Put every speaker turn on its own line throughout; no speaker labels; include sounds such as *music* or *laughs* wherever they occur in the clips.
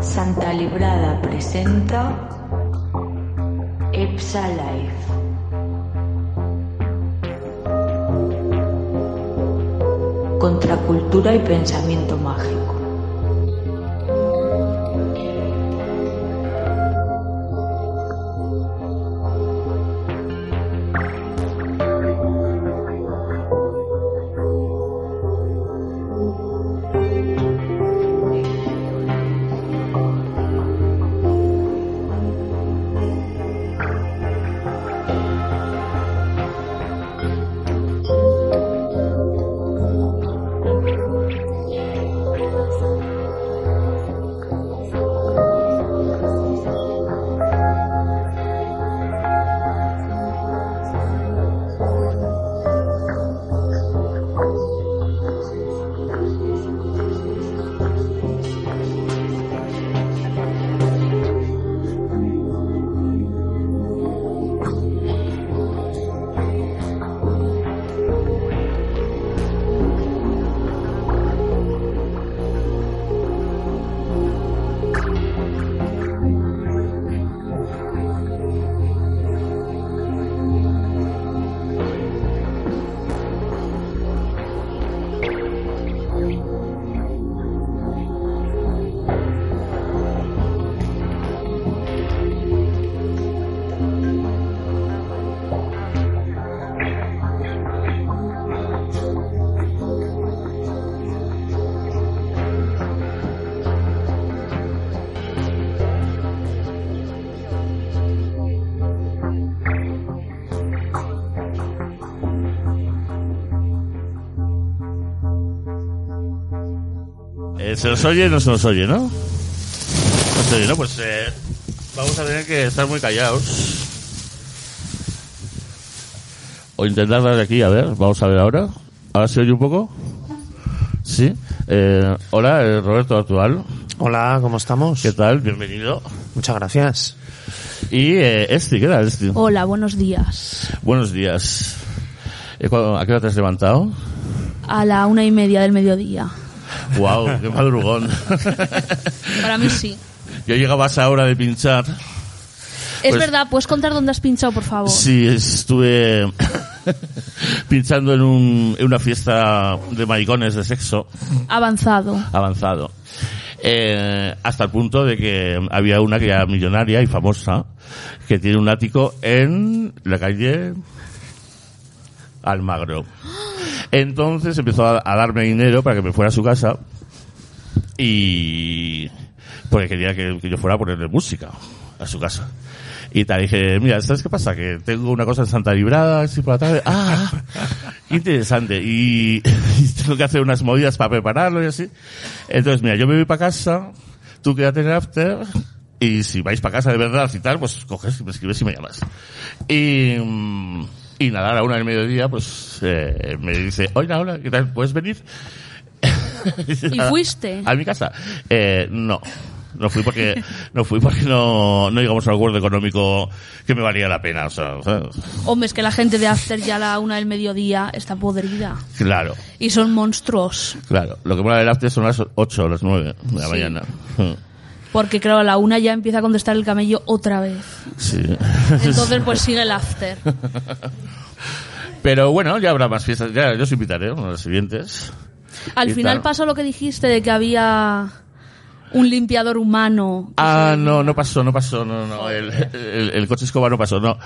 Santa Librada presenta EPSA Life. Contracultura y pensamiento mágico.
Eh, ¿Se nos oye? No se nos oye, ¿no? No se oye, ¿no? Pues eh, vamos a tener que estar muy callados. O intentar dar de aquí, a ver, vamos a ver ahora. ¿Ahora se oye un poco? Sí. Eh, hola, eh, Roberto Actual.
Hola, ¿cómo estamos?
¿Qué tal? Bienvenido.
Muchas gracias.
Y eh, Esti, ¿qué tal, Esti?
Hola, buenos días.
Buenos días. Eh, ¿cu- ¿A qué hora te has levantado?
A la una y media del mediodía.
¡Wow! ¡Qué madrugón! *laughs*
Para mí sí.
Yo llegaba a esa hora de pinchar.
Es
Pues-
verdad, ¿puedes contar dónde has pinchado, por favor?
Sí, estuve *laughs* pinchando en, un- en una fiesta de maricones de sexo
Avanzado.
avanzado. Eh, hasta el punto de que había una que era millonaria y famosa, que tiene un ático en la calle Almagro. Entonces empezó a, a darme dinero para que me fuera a su casa y porque quería que, que yo fuera a ponerle música a su casa. Y tal, dije, mira, ¿sabes qué pasa? Que tengo una cosa en Santa Librada, así por la tarde. *laughs* Ah, qué interesante. Y, *laughs* y tengo que hacer unas movidas para prepararlo y así. Entonces, mira, yo me voy para casa, tú quédate en el after, y si vais para casa de verdad y tal, pues coges y me escribes y me llamas. Y, mm, y nada, a la una del mediodía, pues eh, me dice, hola, hola, ¿qué tal? ¿Puedes venir? *laughs*
¿Y
Ah.
fuiste?
¿A mi casa? Eh, no. No fui porque, no fui porque no, no llegamos a un acuerdo económico que me valía la pena, o sea, ¿sabes?
Hombre, es que la gente de After ya a la una del mediodía está podrida.
claro,
Y son monstruos.
claro. Lo que mola del after son las 8 o las 9 de la
Sí.
mañana. *laughs*
Porque claro, a la una ya empieza a contestar el camello otra vez.
Sí.
Entonces pues sigue el After.
Pero bueno, ya habrá más fiestas, ya, yo os invitaré a las siguientes.
Al
Y
final
claro.
pasó lo que dijiste de que había un limpiador humano.
Ah, no, no pasó, no pasó, no, no, el, el, el coche escoba no pasó, no.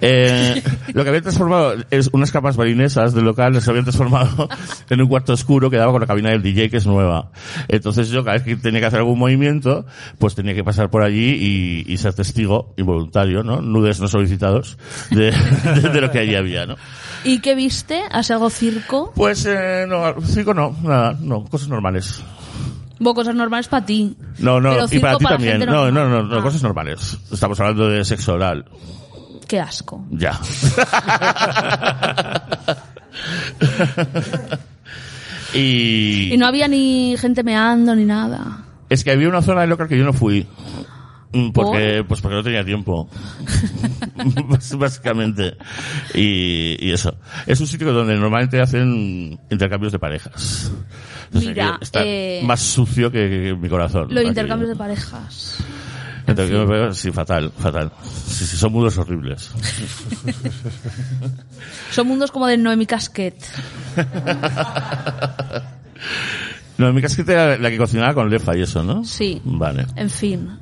Eh, lo que habían transformado es unas capas marinesas del local, las habían transformado *laughs* en un cuarto oscuro que daba con la cabina del DJ, que es nueva. Entonces yo cada vez que tenía que hacer algún movimiento, pues tenía que pasar por allí y, y ser testigo involuntario, ¿no? Nudes no solicitados de, *laughs* de- de lo que allí había, ¿no?
¿Y qué viste? ¿Has algo circo?
Pues, eh, no, circo no, nada, no, cosas normales.
Bo, cosas normales para ti.
No, no,
Pero
y para
circo
ti
para
también.
gente
No, no,
normal.
no, no,
Ah.
cosas normales. Estamos hablando de sexo oral.
Qué asco. *laughs*
Ya. y
Y no había ni gente meando ni nada.
es que había una zona del local que yo no fui. Mm, Porque, pues porque no tenía
*laughs*
tiempo. Bás- Básicamente. Y, y eso. Es un sitio donde normalmente hacen intercambios de parejas. Entonces,
Mira,
aquello está
eh,
más sucio que, que mi corazón.
Los
aquello.
intercambios de parejas.
Entonces, yo me veo, sí, fatal, fatal. Sí, sí, son mudos horribles.
Son mundos como de Noemi Casquet.
No, en mi casquete era la que cocinaba con lefa y eso, ¿no?
Sí.
Vale,
En fin.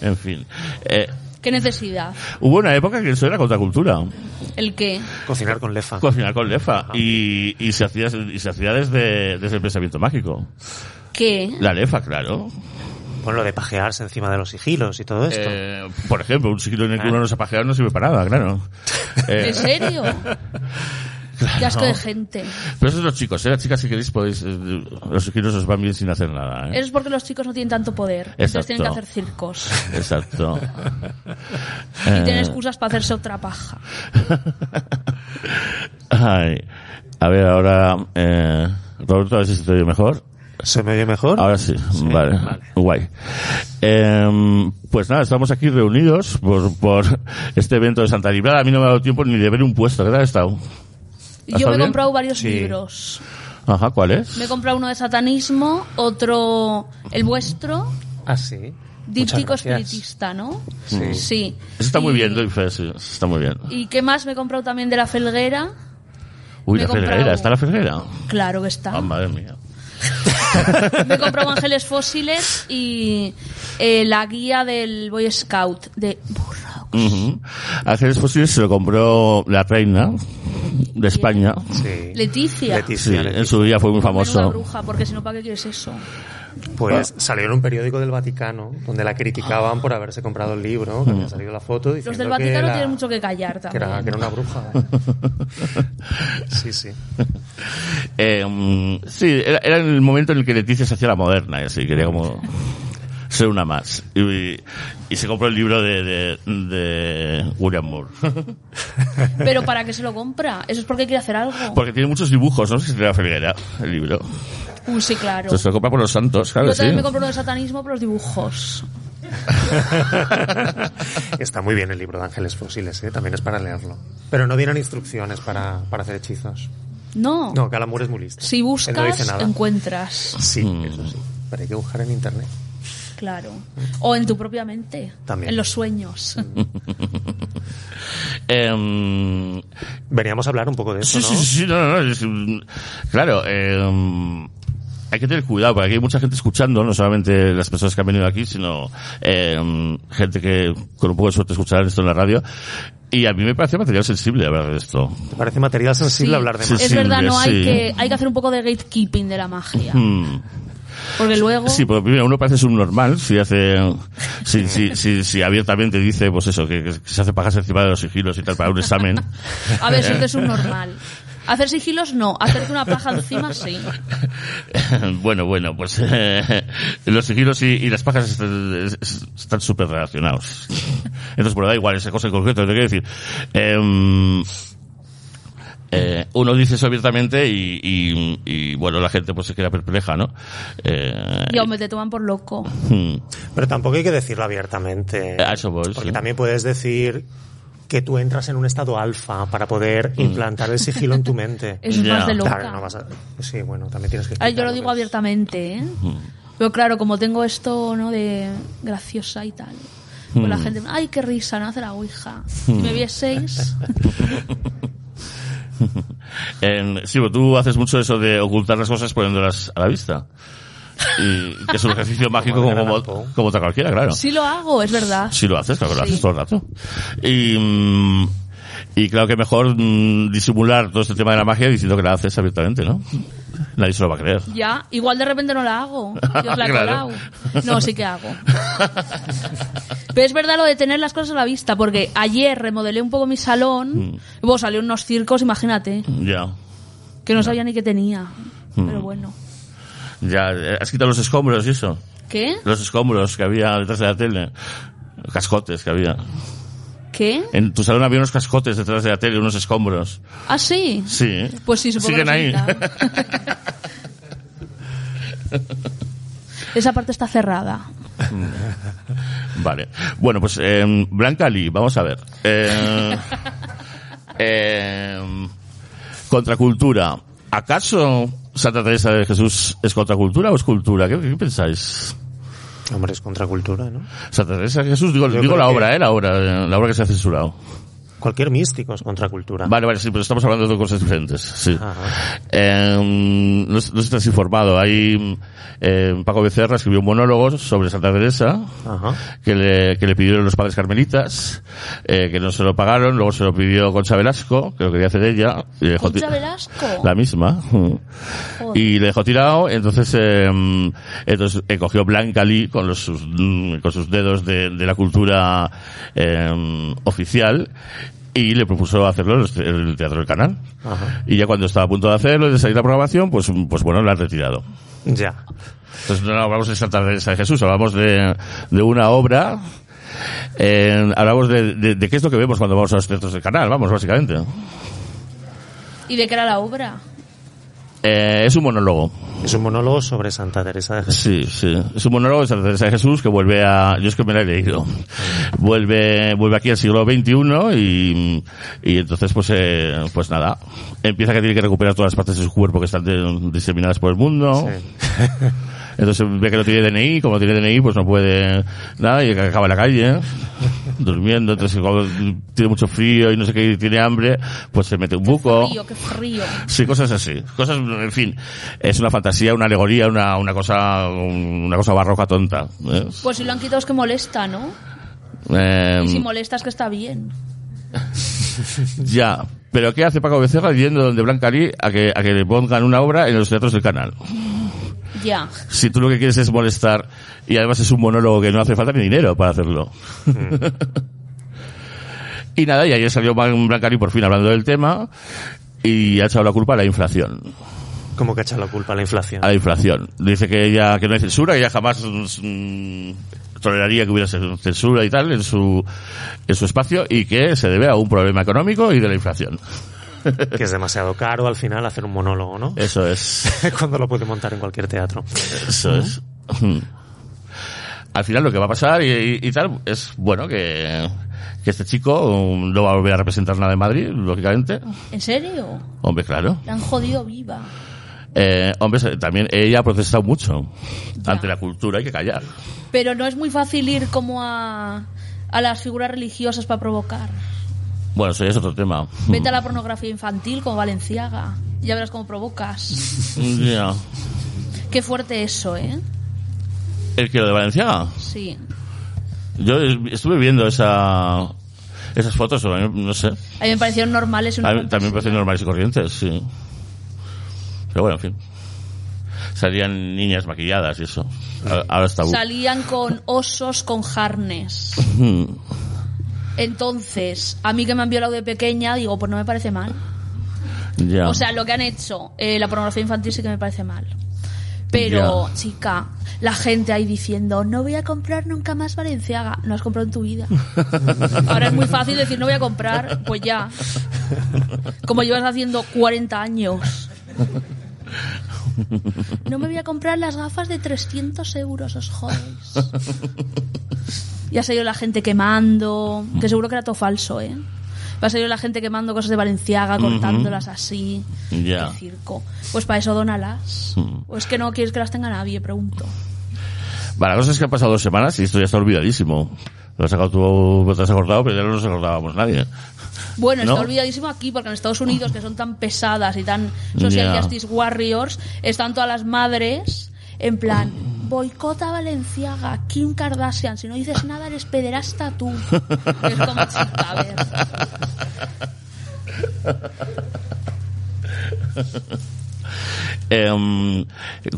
en fin. Eh,
¿Qué necesidad?
hubo una época que eso era contracultura.
¿El qué?
Cocinar con lefa.
Cocinar con lefa. Y, y se hacía, y se hacía desde, desde el pensamiento mágico.
¿Qué?
La lefa, claro.
Con lo de pajearse encima de los sigilos y todo esto.
Eh, por ejemplo, un siglo en el que uno no se apajea no sirve para nada, claro. Eh, *laughs*
¿En serio? Qué asco de gente.
pero esos son los chicos, ¿eh? Las chicas, si queréis, podéis... eh, los sigilos os van bien sin hacer nada, ¿eh?
Eso es porque los chicos no tienen tanto poder.
Exacto.
Entonces tienen que hacer circos.
Exacto.
Y
Eh.
tienen excusas para hacerse otra paja.
Ay. A ver, ahora... Eh, Roberto, a ver si se te oye mejor.
¿Se me oye mejor?
Ahora sí, vale, guay. Em, pues nada, estamos aquí reunidos por, por este evento de Santa Librada. A mí no me ha dado tiempo ni de ver un puesto. ¿Qué tal has estado?
Y
¿Has
Yo me he
bien?
comprado varios
Sí.
libros.
Ajá, ¿cuál es?
Me he comprado uno de satanismo, otro el vuestro,
Ah, sí.
díptico
Muchas gracias.
espiritista, ¿no?
Sí.
Sí.
Eso está muy
Y-
bien, Luis, sí, eso está muy bien.
¿Y qué más? Me he comprado también de la felguera.
Uy,
me
la
he comprado-
ferguera, ¿está la ferguera?
Claro que está.
Ah, madre mía.
Me he comprado ángeles fósiles y eh, la guía del Boy Scout de Burro.
Ujú. Ángeles Fósiles se lo compró la reina de España.
Mm. Sí.
Leticia.
Leticia.
Sí, en su día fue muy
Menuda
famoso.
bruja, porque si no, ¿para qué quieres eso?
Pues salió en un periódico del Vaticano donde la criticaban por haberse comprado el libro, que había salido la foto diciendo
Los del
que
Vaticano
era-
tienen mucho que callar
que
también.
era, que era una bruja. *laughs* Sí, sí.
Eh, mm, sí, era, era el momento en el que Leticia se hacía la moderna, y así, quería
*laughs*
como ser una más. Y, y se compró el libro de, de, de William
*laughs*
Moore.
Pero ¿para qué se lo compra? Eso es porque quiere hacer algo.
Porque tiene muchos dibujos, no sé si te la Ferguera, el libro.
Uh, sí, claro.
Entonces se lo compra por los santos, claro,
Yo
que sí.
también me compro uno de satanismo, pero los dibujos.
Está muy bien el libro de Ángeles Fósiles, ¿eh? también es para leerlo. Pero no vienen instrucciones para, para hacer hechizos.
No.
E No, Calamur es muy listo.
Si
Él no
buscas,
dice nada.
encuentras.
Sí,
Mm.
eso sí. Pero hay que buscar en internet.
Claro. O en tu propia mente.
También.
En los sueños.
Em,
Veníamos a hablar un poco de eso,
Sí,
¿no?
sí, sí, sí, no, no, no, es un- claro, eh, hay que tener cuidado, porque aquí hay mucha gente escuchando, no solamente las personas que han venido aquí, sino eh, gente que con un poco de suerte escucharán esto en la radio. Y a mí me parece material sensible hablar de esto.
¿Te parece material sensible
Sí.
hablar de
Sí,
magia?
Es verdad, no hay
sí.
que hay que hacer un poco de gatekeeping de la magia,
Mm.
porque luego
*laughs* Sí, porque primero uno parece subnormal si hace, si, si, si, si abiertamente dice, pues eso, que, que se hace pajas encima de los sigilos y tal para un examen.
a ver, eso es
*laughs*
de subnormal. Hacer sigilos no, hacerte una paja encima sí.
*laughs* bueno, bueno, pues eh, *laughs* los sigilos y, y las pajas están están súper relacionados. Entonces, bueno, da igual esa cosa en concreto, te quiero decir. em, eh, uno dice eso abiertamente y, y- y, bueno, la gente pues se queda perpleja, ¿no? Eh,
Y aún te toman por loco.
hmm,
Pero tampoco hay que decirlo abiertamente.
*laughs* Eh, A eso voy,
Porque
sí.
también puedes decir que tú entras en un estado alfa para poder implantar el sigilo en tu mente.
*laughs* Eso es
Mm. Ya.
más de loca.
Claro, no vas a... Sí, bueno, también tienes que... pues.
Ah, yo
explicar
lo digo
que es.
abiertamente, ¿eh? Pero claro, como tengo esto, ¿no? De graciosa y tal. Pues
Mm.
la gente, ay, qué risa, no hace la ouija. Si me vieseis,
en- sí, pero tú haces mucho eso de ocultar las cosas poniéndolas a la vista. Y que es un
*laughs*
ejercicio mágico
Edgar
como,
Allan Poe.
como otra cualquiera, claro.
sí lo hago, es verdad.
Si lo haces, claro que lo
Sí.
haces todo el rato. Y, mm, y claro que mejor mm, disimular todo este tema de la magia diciendo que la haces abiertamente, ¿no? Nadie se lo va a creer.
Ya, igual de repente no la
*laughs*
hago. Yo os la he
Claro.
colado. No, sí que hago. Pero es verdad lo de tener las cosas a la vista, porque ayer remodelé un poco mi salón,
Mm.
luego salió unos circos, imagínate,
Ya. Mm.
que no sabía ni que tenía. Pero bueno.
Ya, eh, has quitado los escombros y eso.
¿Qué?
Los escombros que había detrás de la tele. Cascotes que había.
¿Qué?
En tu salón había unos cascotes detrás de la tele, unos escombros.
¿Ah, sí?
Sí. ¿eh?
Pues sí, supongo
Siguen
que
ahí.
no Esa parte está cerrada.
Vale. Bueno, pues eh, Blanca Lee, vamos a ver. Eh, eh, contracultura. em, ¿Acaso Santa Teresa de Jesús es contracultura o es cultura? ¿Qué, qué pensáis?
Hombre, es contracultura, ¿no?
Santa Teresa de Jesús, digo,
Yo
digo
creo
la
que-
obra, ¿eh? La obra, eh, la obra que se ha censurado.
Cualquier místico es contracultura.
Vale, vale, sí, pero estamos hablando de dos cosas diferentes. Sí.
Ah. Ajá.
Eh, no, es- no estás informado. Hay, eh, Paco Becerra escribió un monólogo sobre Santa Teresa
Ajá.
que le, que le pidieron los padres carmelitas, eh, que no se lo pagaron, luego se lo pidió Concha Velasco, que lo quería hacer ella. y le dejó
Concha
ti-
Velasco.
La
*laughs*
misma.
Joder.
Y le dejó tirado, entonces, eh, entonces eh, cogió Blanca Lee con los, sus, mm, con sus dedos de, de la cultura eh, oficial y le propuso hacerlo en los te- en el Teatro del Canal.
Ajá.
Y ya cuando estaba a punto de hacerlo, de salir la programación, pues, mm, pues bueno, la han retirado.
Ya.
Entonces no hablamos de Santa Teresa de Jesús, hablamos de, de una obra, eh, hablamos de, de- de qué es lo que vemos cuando vamos a los teatros del canal, vamos, básicamente.
¿Y de qué era la obra?
Eh, es un monólogo.
Es un monólogo sobre Santa Teresa de Jesús.
Sí, sí. Es un monólogo de Santa Teresa de Jesús que vuelve a... Yo es que me la he leído. Vuelve, vuelve aquí al siglo XXI y, y entonces pues, eh, pues nada. Empieza que tiene que recuperar todas las partes de su cuerpo que están de- diseminadas por el mundo. *laughs* Entonces ve que no tiene DNI, como no tiene DNI pues no puede nada y acaba en la calle ¿eh? durmiendo. Entonces cuando tiene mucho frío y no sé qué, y tiene hambre, pues se mete un buco.
Frío, qué frío.
Sí, cosas así. Cosas, en fin, es una fantasía, una alegoría, una, una cosa, una cosa barroca tonta. ¿eh?
Pues si lo han quitado es que molesta, ¿no?
Eh,
Y si molesta es que está bien.
ya. Pero ¿qué hace Paco Becerra yendo donde Blanca Lee a que, a que le pongan una obra en los teatros del canal?
Ya.
Si tú lo que quieres es molestar, y además es un monólogo que no hace falta ni dinero para hacerlo. *laughs* y nada, y ayer salió Blanca Lee por fin hablando del tema, y ha echado la culpa a la inflación.
Como que echa la culpa a la inflación.
a la inflación. Dice que ella que no hay censura, que ella jamás mm, toleraría que hubiera censura y tal en su en su espacio y que se debe a un problema económico y de la inflación.
Que es demasiado caro al final hacer un monólogo, ¿no? *laughs*
Eso es,
Cuando lo puede montar en cualquier teatro.
eso es. *laughs* Al final lo que va a pasar y, y- y tal es bueno que que este chico um, no va a volver a representar nada en Madrid, lógicamente.
¿En serio?
Hombre, claro.
La han jodido viva.
Eh, hombre, se- también ella ha protestado mucho
Ya.
ante la cultura, hay que callar.
Pero no es muy fácil ir como a, a las figuras religiosas para provocar.
Bueno, eso ya es otro tema. *laughs*
Vete
Mm.
a la pornografía infantil como Valenciaga. Y Ya verás
*laughs*
cómo provocas.
Ya.
Qué fuerte eso, ¿eh?
¿El que lo de Valenciaga?
Sí.
Yo estuve viendo esa, esas fotos, a mí, no sé.
A mí me parecieron normales. y una
A mí también me
fantasía.
parecen normales y corrientes, sí. Pero bueno, en fin. Salían niñas maquilladas y eso. A- Ahora está tabú.
Salían con osos con
*laughs*
jarnes.
Mm.
Entonces, a mí que me han violado de pequeña, digo, pues no me parece mal.
Ya.
O sea, lo que han hecho, eh, la pornografía infantil sí que me parece mal. Pero, chica, la gente ahí diciendo, no voy a comprar nunca más Valenciaga. No has comprado en tu vida. Ahora es muy fácil decir, no voy a comprar, pues ya. Como llevas haciendo 40 años. No me voy a comprar las gafas de 300 euros, os jodéis. Y ha salido la gente quemando, que seguro que era todo falso, ¿eh? Va a salir la gente quemando cosas de Valenciaga, cortándolas así.
Ya.
Qué circo. Pues para eso dónalas.
Mm.
O es que no quieres que las tenga nadie, pregunto.
Vale, la cosa es que han pasado dos semanas y esto ya está olvidadísimo. Lo has sacado tú, lo te has acordado, pero ya no nos acordábamos nadie.
Bueno,
¿No?
está olvidadísimo aquí porque en Estados Unidos, que son tan pesadas y tan social
Ya.
justice warriors, están todas las madres en plan,
Hmm.
boicota Valenciaga, Kim Kardashian, si no dices nada eres pederasta
*laughs*
tú. Es como chica, a ver.
Eh,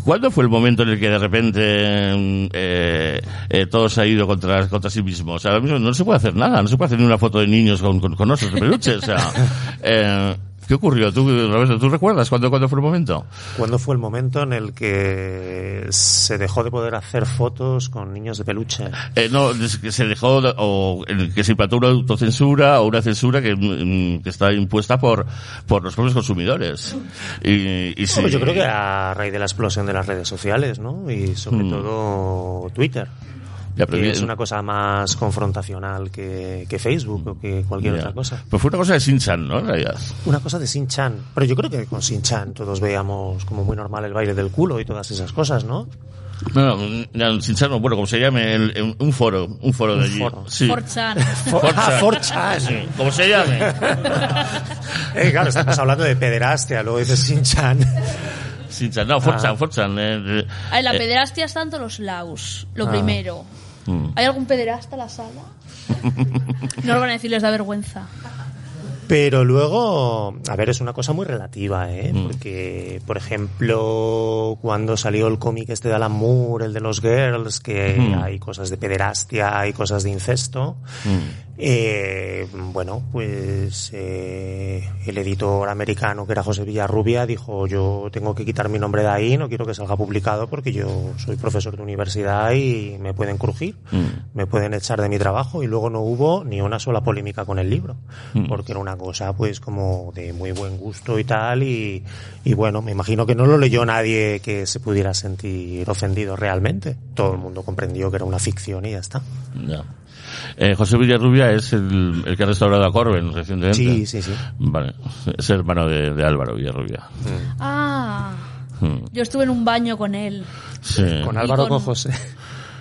¿Cuándo fue el momento en el que de repente eh, eh, todo se ha ido contra, contra sí mismo? O sea, ahora mismo no se puede hacer nada, no se puede hacer ni una foto de niños con, con, con osos de peluche. O sea, eh, ¿qué ocurrió? ¿Tú, Roberto, ¿tú recuerdas cuándo, cuándo fue el momento?
¿Cuándo fue el momento en el que se dejó de poder hacer fotos con niños de peluche?
Eh, no, es que se dejó, o en el que se implantó una autocensura o una censura que, mm, que está impuesta por, por los propios consumidores. Y, y sí.
Pues yo creo que Mm. a raíz de la explosión de las redes sociales, ¿no? Y sobre todo Twitter.
Ya, pero
que
bien.
es una cosa más confrontacional que, que Facebook o que cualquier
Ya.
otra cosa.
Pues fue una cosa de Shin-Chan, ¿no? En realidad.
Una cosa de Sin Chan. Pero yo creo que con Sin Chan todos veíamos como muy normal el baile del culo y todas esas cosas, ¿no?
No, no, no, Shin-Chan, no, bueno, como se llame, el- el- un foro, un foro de allí.
foro.
Sí.
Forchan.
Ah, 4chan.
Sí, Como se llame.
*laughs* Eh, claro, estamos hablando de pederastia, luego dices Sin Chan.
Shin-Chan, no,
Ah.
Forchan, Forchan. eh, eh,
A ver, la
eh, Ah.
pederastia es tanto los laus, lo primero.
mm,
¿Hay algún pederasta en la sala?
*laughs*
no lo van a decir, les da vergüenza.
Pero luego, a ver, es una cosa muy relativa, ¿eh? Porque, por ejemplo, cuando salió el cómic este de Alan Moore, el de los girls, que hay cosas de pederastia, hay cosas de incesto,
mm,
eh, bueno, pues eh, el editor americano, que era José Villarrubia, dijo, yo tengo que quitar mi nombre de ahí, no quiero que salga publicado porque yo soy profesor de universidad y me pueden crujir, me pueden echar de mi trabajo y luego no hubo ni una sola polémica con el libro, porque era una cosa pues como de muy buen gusto y tal y, y bueno, me imagino que no lo leyó nadie que se pudiera sentir ofendido realmente. Todo el mundo comprendió que era una ficción y ya está.
ya. Eh, José Villarrubia es el, el que ha restaurado a Corben recientemente.
Sí, sí, sí.
Vale, es hermano de, de Álvaro Villarrubia.
Ah, yo estuve en un baño con él,
Sí.
Mm. Con Álvaro
con-
con José.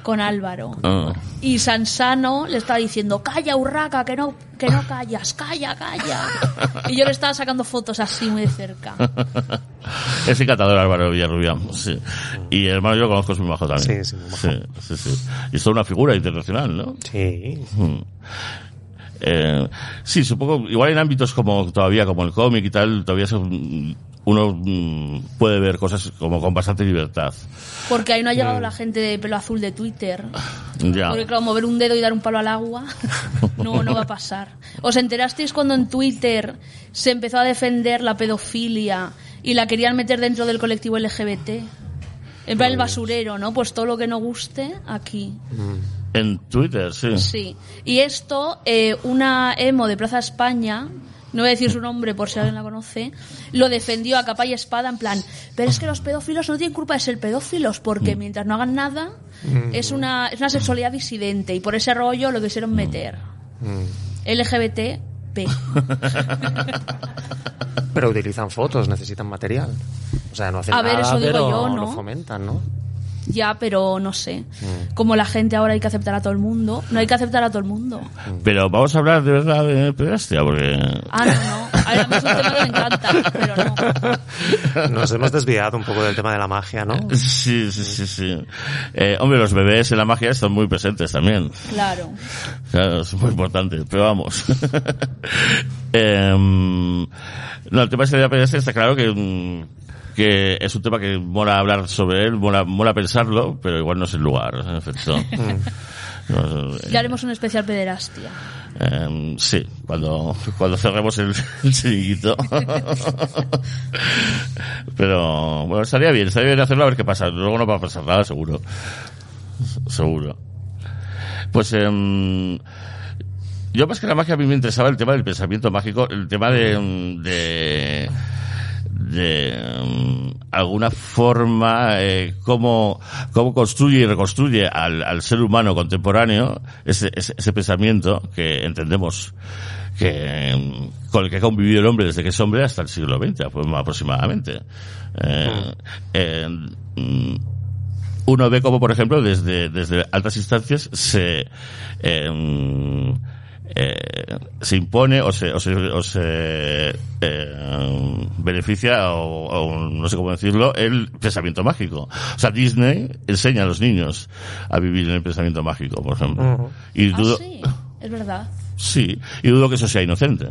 con Álvaro.
Ah. *laughs*
Y Sansano le estaba diciendo, calla, urraca, que no, que no callas, calla, calla. Y yo le estaba sacando fotos así muy de cerca.
Es encantador Álvaro Villarrubia, sí. Y hermano, yo lo conozco, es muy majo también.
Sí, sí, muy majo.
sí, sí, sí. Y es toda una figura internacional, ¿no?
*laughs* Sí,
Eh, sí, supongo, igual en ámbitos como todavía, como el cómic y tal, todavía se- uno mm, puede ver cosas como con bastante libertad.
Porque ahí no ha llegado la gente de pelo azul de Twitter.
Ah. Ya.
Porque claro, mover un dedo y dar un palo al agua no, no va a pasar. ¿Os enterasteis cuando en Twitter se empezó a defender la pedofilia y la querían meter dentro del colectivo LGBT? En plan el basurero, ¿no? Pues todo lo que no guste aquí.
En Twitter, sí.
Sí. Y esto, eh, una emo de Plaza España, no voy a decir su nombre por si alguien la conoce, lo defendió a capa y espada en plan, pero es que los pedófilos no tienen culpa de ser pedófilos porque mientras no hagan nada es una, es una sexualidad disidente y por ese rollo lo quisieron meter.
Mm.
LGBT.
pero utilizan fotos, necesitan material. O sea, no hacen
A ver,
nada,
eso digo
pero
yo,
lo
¿no?
fomentan, ¿no?
Ya, pero no sé. Como la gente ahora hay que aceptar a todo el mundo, no hay que aceptar a todo el mundo.
Pero vamos a hablar de verdad de pedastia, porque...
Ah, no, no. A ver, a mí es un tema que me encanta, pero no.
Nos hemos desviado un poco del tema de la magia, ¿no?
*laughs* Sí, sí, sí, sí. Eh, hombre, los bebés en la magia están muy presentes también.
Claro.
Claro, es muy importante, pero vamos. *laughs* Em, no, el tema de la pedestre está claro que, mm, que es un tema que mola hablar sobre él, mola, mola pensarlo, pero igual no es el lugar, en efecto. No,
Ya haremos un especial pederastia.
em, sí, cuando, cuando cerremos el, el chiringuito. *laughs* pero bueno, estaría bien, estaría bien hacerlo a ver qué pasa. Luego no va a pasar nada, seguro. Seguro. Pues em, yo más que la magia a mí me interesaba el tema del pensamiento mágico, el tema de em, de, de, em, alguna forma eh, cómo, cómo construye y reconstruye al, al ser humano contemporáneo ese, ese, ese pensamiento que entendemos que em, con el que ha convivido el hombre desde que es hombre hasta el siglo XX apro- aproximadamente. Eh, eh, mm, uno ve como, por ejemplo, desde, desde altas instancias se, em, eh, se impone o se, o se, o se, em, beneficia o, o no sé cómo decirlo, el pensamiento mágico. O sea, Disney enseña a los niños a vivir en el pensamiento mágico, por ejemplo.
Ujú.
Y
Ah,
dudo,
sí, es verdad.
sí, y dudo que eso sea inocente.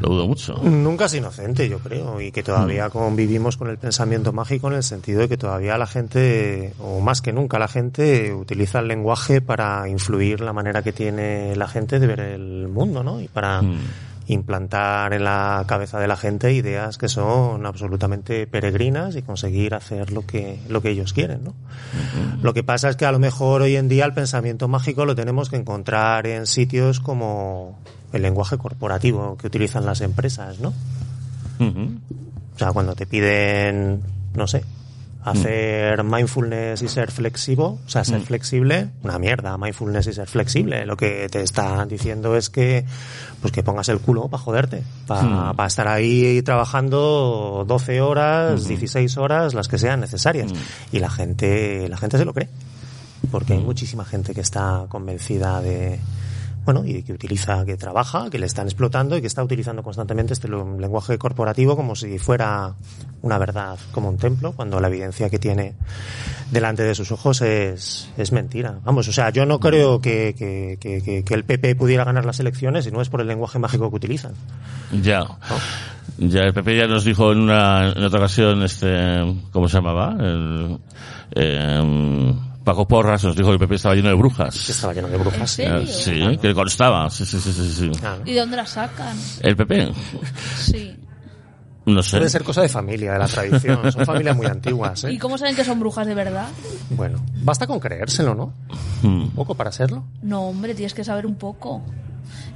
Lo dudo mucho.
Nunca es inocente, yo creo, y que todavía convivimos con el pensamiento mágico en el sentido de que todavía la gente, o más que nunca la gente, utiliza el lenguaje para influir la manera que tiene la gente de ver el mundo, ¿no? Y para implantar en la cabeza de la gente ideas que son absolutamente peregrinas y conseguir hacer lo que, lo que ellos quieren, ¿no? Lo que pasa es que a lo mejor hoy en día el pensamiento mágico lo tenemos que encontrar en sitios como el lenguaje corporativo que utilizan las empresas, ¿no?
Ujú.
O sea, cuando te piden, no sé, Hacer mindfulness y ser flexivo, o sea, ser flexible, una mierda, mindfulness y ser flexible. Lo que te están diciendo es que, pues que pongas el culo para joderte, para estar ahí trabajando 12 horas, 16 horas, las que sean necesarias. Y la gente, la gente se lo cree porque hay muchísima gente que está convencida de bueno y de que utiliza que trabaja que le están explotando y que está utilizando constantemente este lo- lenguaje corporativo como si fuera una verdad como un templo cuando la evidencia que tiene delante de sus ojos es, es mentira vamos o sea yo no creo que, que- que- que- que el PP pudiera ganar las elecciones si no es por el lenguaje mágico que utilizan
Ya. Ya, el PP ya nos dijo en una, en otra ocasión, este, ¿cómo se llamaba? El, eh, Paco Porras nos dijo que el PP estaba lleno de
que
brujas.
estaba lleno de brujas
¿En serio?
Eh, Sí, que constaba. Sí, sí, sí, sí, sí.
Ah, ¿no?
¿Y de dónde la sacan?
El PP,
Sí.
no sé.
Puede ser cosa de familia, de la tradición. Son familias muy antiguas. ¿eh?
*laughs* ¿Y cómo saben que son brujas de verdad?
Bueno, basta con creérselo, ¿no?
Mm.
Un poco para serlo.
No, hombre, tienes que saber un poco.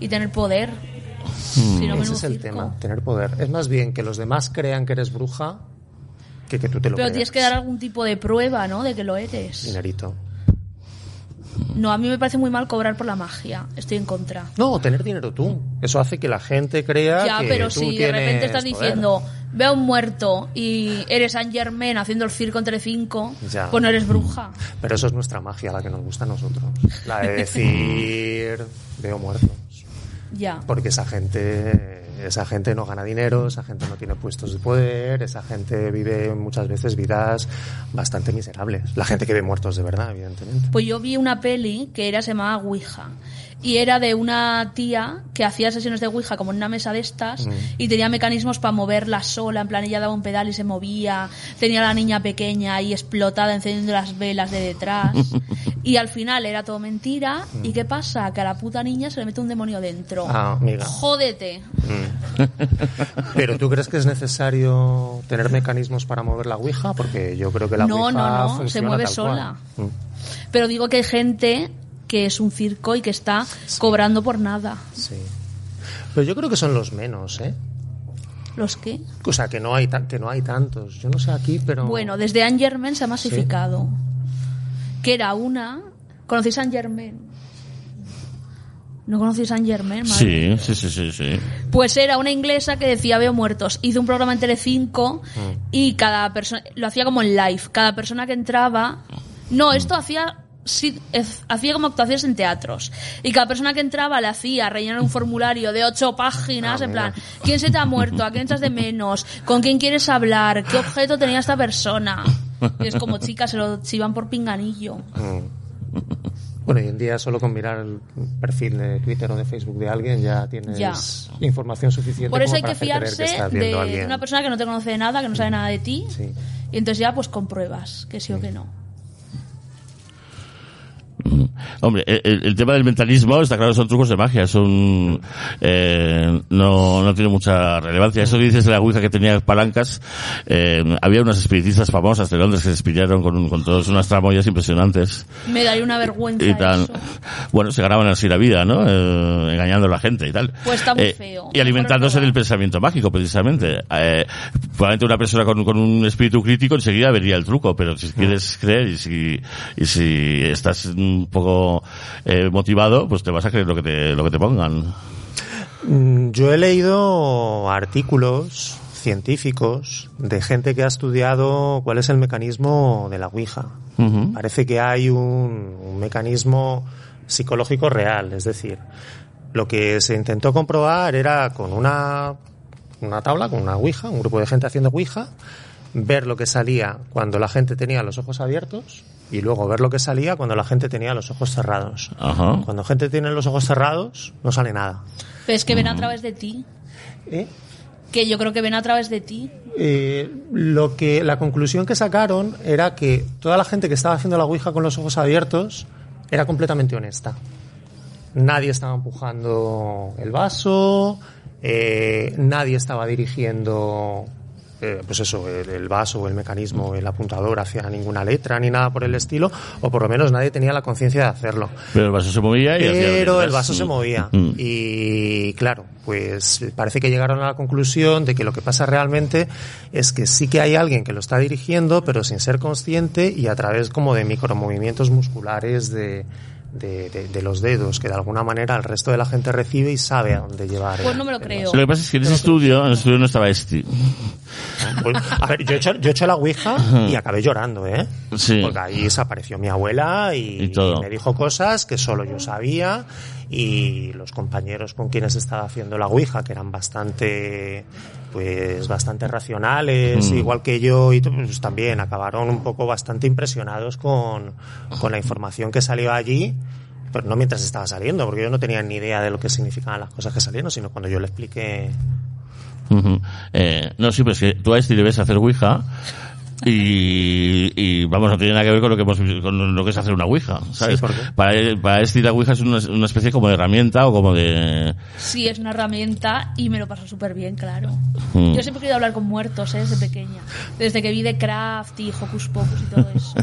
Y tener poder. Si no,
Hmm. Ese
menudo
es el
circo.
tema, tener poder. Es más bien que los demás crean que eres bruja que que tú te lo
Pero
creas.
tienes que dar algún tipo de prueba, ¿no? De que lo eres.
dinerito.
No, a mí me parece muy mal cobrar por la magia. Estoy en contra.
No, tener dinero tú. Eso hace que la gente crea
Ya,
que
pero
tú
si de repente
tienes
estás
poder.
diciendo, ve a un muerto y eres Saint Germain haciendo el circo entre cinco,
Ya.
pues no eres bruja.
Pero eso es nuestra magia, la que nos gusta a nosotros. La de decir *laughs* veo muertos.
Ya.
Porque esa gente, esa gente no gana dinero, esa gente no tiene puestos de poder, esa gente vive muchas veces vidas bastante miserables. La gente que ve muertos de verdad, evidentemente.
Pues yo vi una peli que era se llamaba Ouija. Y era de una tía que hacía sesiones de Ouija como en una mesa de estas y tenía mecanismos para moverla sola. En plan, ella daba un pedal y se movía. Tenía a la niña pequeña ahí explotada encendiendo las velas de detrás. y al final era todo mentira. ¿Y qué pasa? Que a la puta niña se le mete un demonio dentro.
Ah, amiga.
Jódete.
Mm. Pero ¿tú crees que es necesario tener mecanismos para mover la Ouija? Porque yo creo que la
No,
Ouija
no, no, se
funciona
mueve
tal
sola.
cual. Mm,
Pero digo que hay gente que es un circo y que está cobrando por nada.
Sí. Pero yo creo que son los menos, ¿eh?
¿Los qué?
O sea, que no hay, tan- que no hay tantos. Yo no sé aquí, pero...
Bueno, desde Anne Germain se ha masificado. Que era una. ¿Conocéis Anne Germain? ¿No conocéis Anne Germain? madre?
Sí, sí, sí, sí, sí.
Pues era una inglesa que decía veo muertos. Hizo un programa en Telecinco
Mm.
y cada persona lo hacía como en live. Cada persona que entraba,
Mm.
no, esto hacía sí, es- hacía como actuaciones en teatros y cada persona que entraba le hacía rellenar un formulario de ocho páginas
Ah,
en
mira.
plan quién se te ha muerto, a quién echas de menos, con quién quieres hablar, qué objeto tenía esta persona. Y es como chicas se lo chivan por pinganillo.
Mm. Bueno, hoy en día solo con mirar el perfil de Twitter o de Facebook de alguien ya tienes
Ya.
información suficiente
Por eso
como
hay
para
que
hacer creer
fiarse
estás
de,
viendo a alguien. Mm.
una persona que no te conoce de nada, que no sabe nada de ti.
Sí.
Y entonces ya pues compruebas que sí o que no.
Hombre, el, el tema del mentalismo, está claro, son trucos de magia, son, eh, no, no tiene mucha relevancia. Eso que dices de la Ouija que tenía palancas, eh, había unas espiritistas famosas de Londres que se espillaron con, con todas unas tramoyas impresionantes
Me daría una vergüenza
y tal.
eso.
Bueno, se ganaban así la vida, ¿no? Eh, engañando a la gente y tal.
Pues está muy
Eh,
feo.
Y alimentándose
Mejor no.
del pensamiento mágico, precisamente. Eh, probablemente una persona con, con un espíritu crítico enseguida vería el truco, pero
Mm.
si quieres creer y si, y si estás un poco eh, motivado, pues te vas a creer lo que te, lo que te pongan.
Mm, Yo he leído artículos científicos de gente que ha estudiado cuál es el mecanismo de la Ouija.
Ujú.
Parece que hay un, un mecanismo psicológico real, es decir, lo que se intentó comprobar era con una, una tabla, con una Ouija, un grupo de gente haciendo Ouija, ver lo que salía cuando la gente tenía los ojos abiertos y luego ver lo que salía cuando la gente tenía los ojos cerrados.
Ajá.
Cuando gente tiene los ojos cerrados, no sale nada.
Pero es que
Mm.
ven a través de ti.
¿Eh?
Que yo creo que ven a través de ti.
Eh, lo que la conclusión que sacaron era que toda la gente que estaba haciendo la ouija con los ojos abiertos era completamente honesta nadie estaba empujando el vaso eh, nadie estaba dirigiendo eh, pues eso, el, el vaso o el mecanismo, el apuntador hacia ninguna letra ni nada por el estilo, o por lo menos nadie tenía la conciencia de hacerlo.
Pero el vaso se movía y hacía lo que
Pero el
querías.
vaso se movía.
Mm.
Y claro, pues parece que llegaron a la conclusión de que lo que pasa realmente es que sí que hay alguien que lo está dirigiendo, pero sin ser consciente y a través como de micromovimientos musculares de, de, de- de los dedos, que de alguna manera el resto de la gente recibe y sabe a dónde llevar.
Pues
el-
no me lo
el
creo.
Lo que pasa es que en ese estudio, en el estudio no estaba este.
Pues, a ver, yo he, hecho, yo he hecho la ouija y acabé llorando, ¿eh?
Sí.
Porque ahí desapareció mi abuela y,
Y todo.
me dijo cosas que solo yo sabía y los compañeros con quienes estaba haciendo la ouija, que eran bastante pues bastante racionales,
Mm.
igual que yo, y t- pues, también acabaron un poco bastante impresionados con, con la información que salió allí, pero no mientras estaba saliendo, porque yo no tenía ni idea de lo que significaban las cosas que salieron, sino cuando yo le expliqué
Ujú. Eh, no, sí, pero es que tú a este le ves hacer Ouija y, y, vamos, no tiene nada que ver con lo que, hemos- con lo que es hacer una Ouija, ¿sabes?
Sí, ¿por qué?
para, para este la Ouija es una, una especie como de herramienta o como de...
Sí, es una herramienta y me lo paso súper bien, claro.
Mm.
Yo siempre he querido hablar con muertos, ¿eh? desde pequeña. Desde que vi de Craft y Hocus Pocus y todo eso.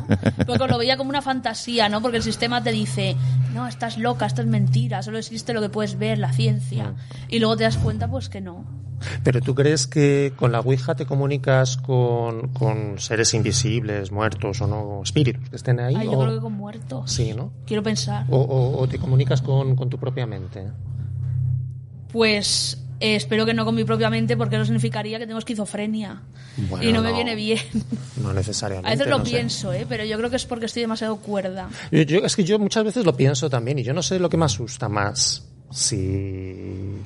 Porque lo veía como una fantasía, ¿no? Porque el sistema te dice, no, estás loca, esto es mentira, solo existe lo que puedes ver, la ciencia.
Mm.
Y luego te das cuenta, pues que no.
¿Pero tú crees que con la Ouija te comunicas con, con seres invisibles, muertos o no, espíritus que estén ahí?
Ay, yo
o,
creo que con muertos.
Sí, ¿no?
Quiero pensar.
O, o- o te comunicas con, con tu propia mente.
Pues eh, espero que no con mi propia mente, porque eso significaría que tengo esquizofrenia.
Bueno,
y no me
no.
viene bien.
No necesariamente.
A veces lo
no sé.
pienso, ¿eh? pero yo creo que es porque estoy demasiado cuerda.
Yo- yo- es que yo muchas veces lo pienso también y yo no sé lo que me asusta más. Si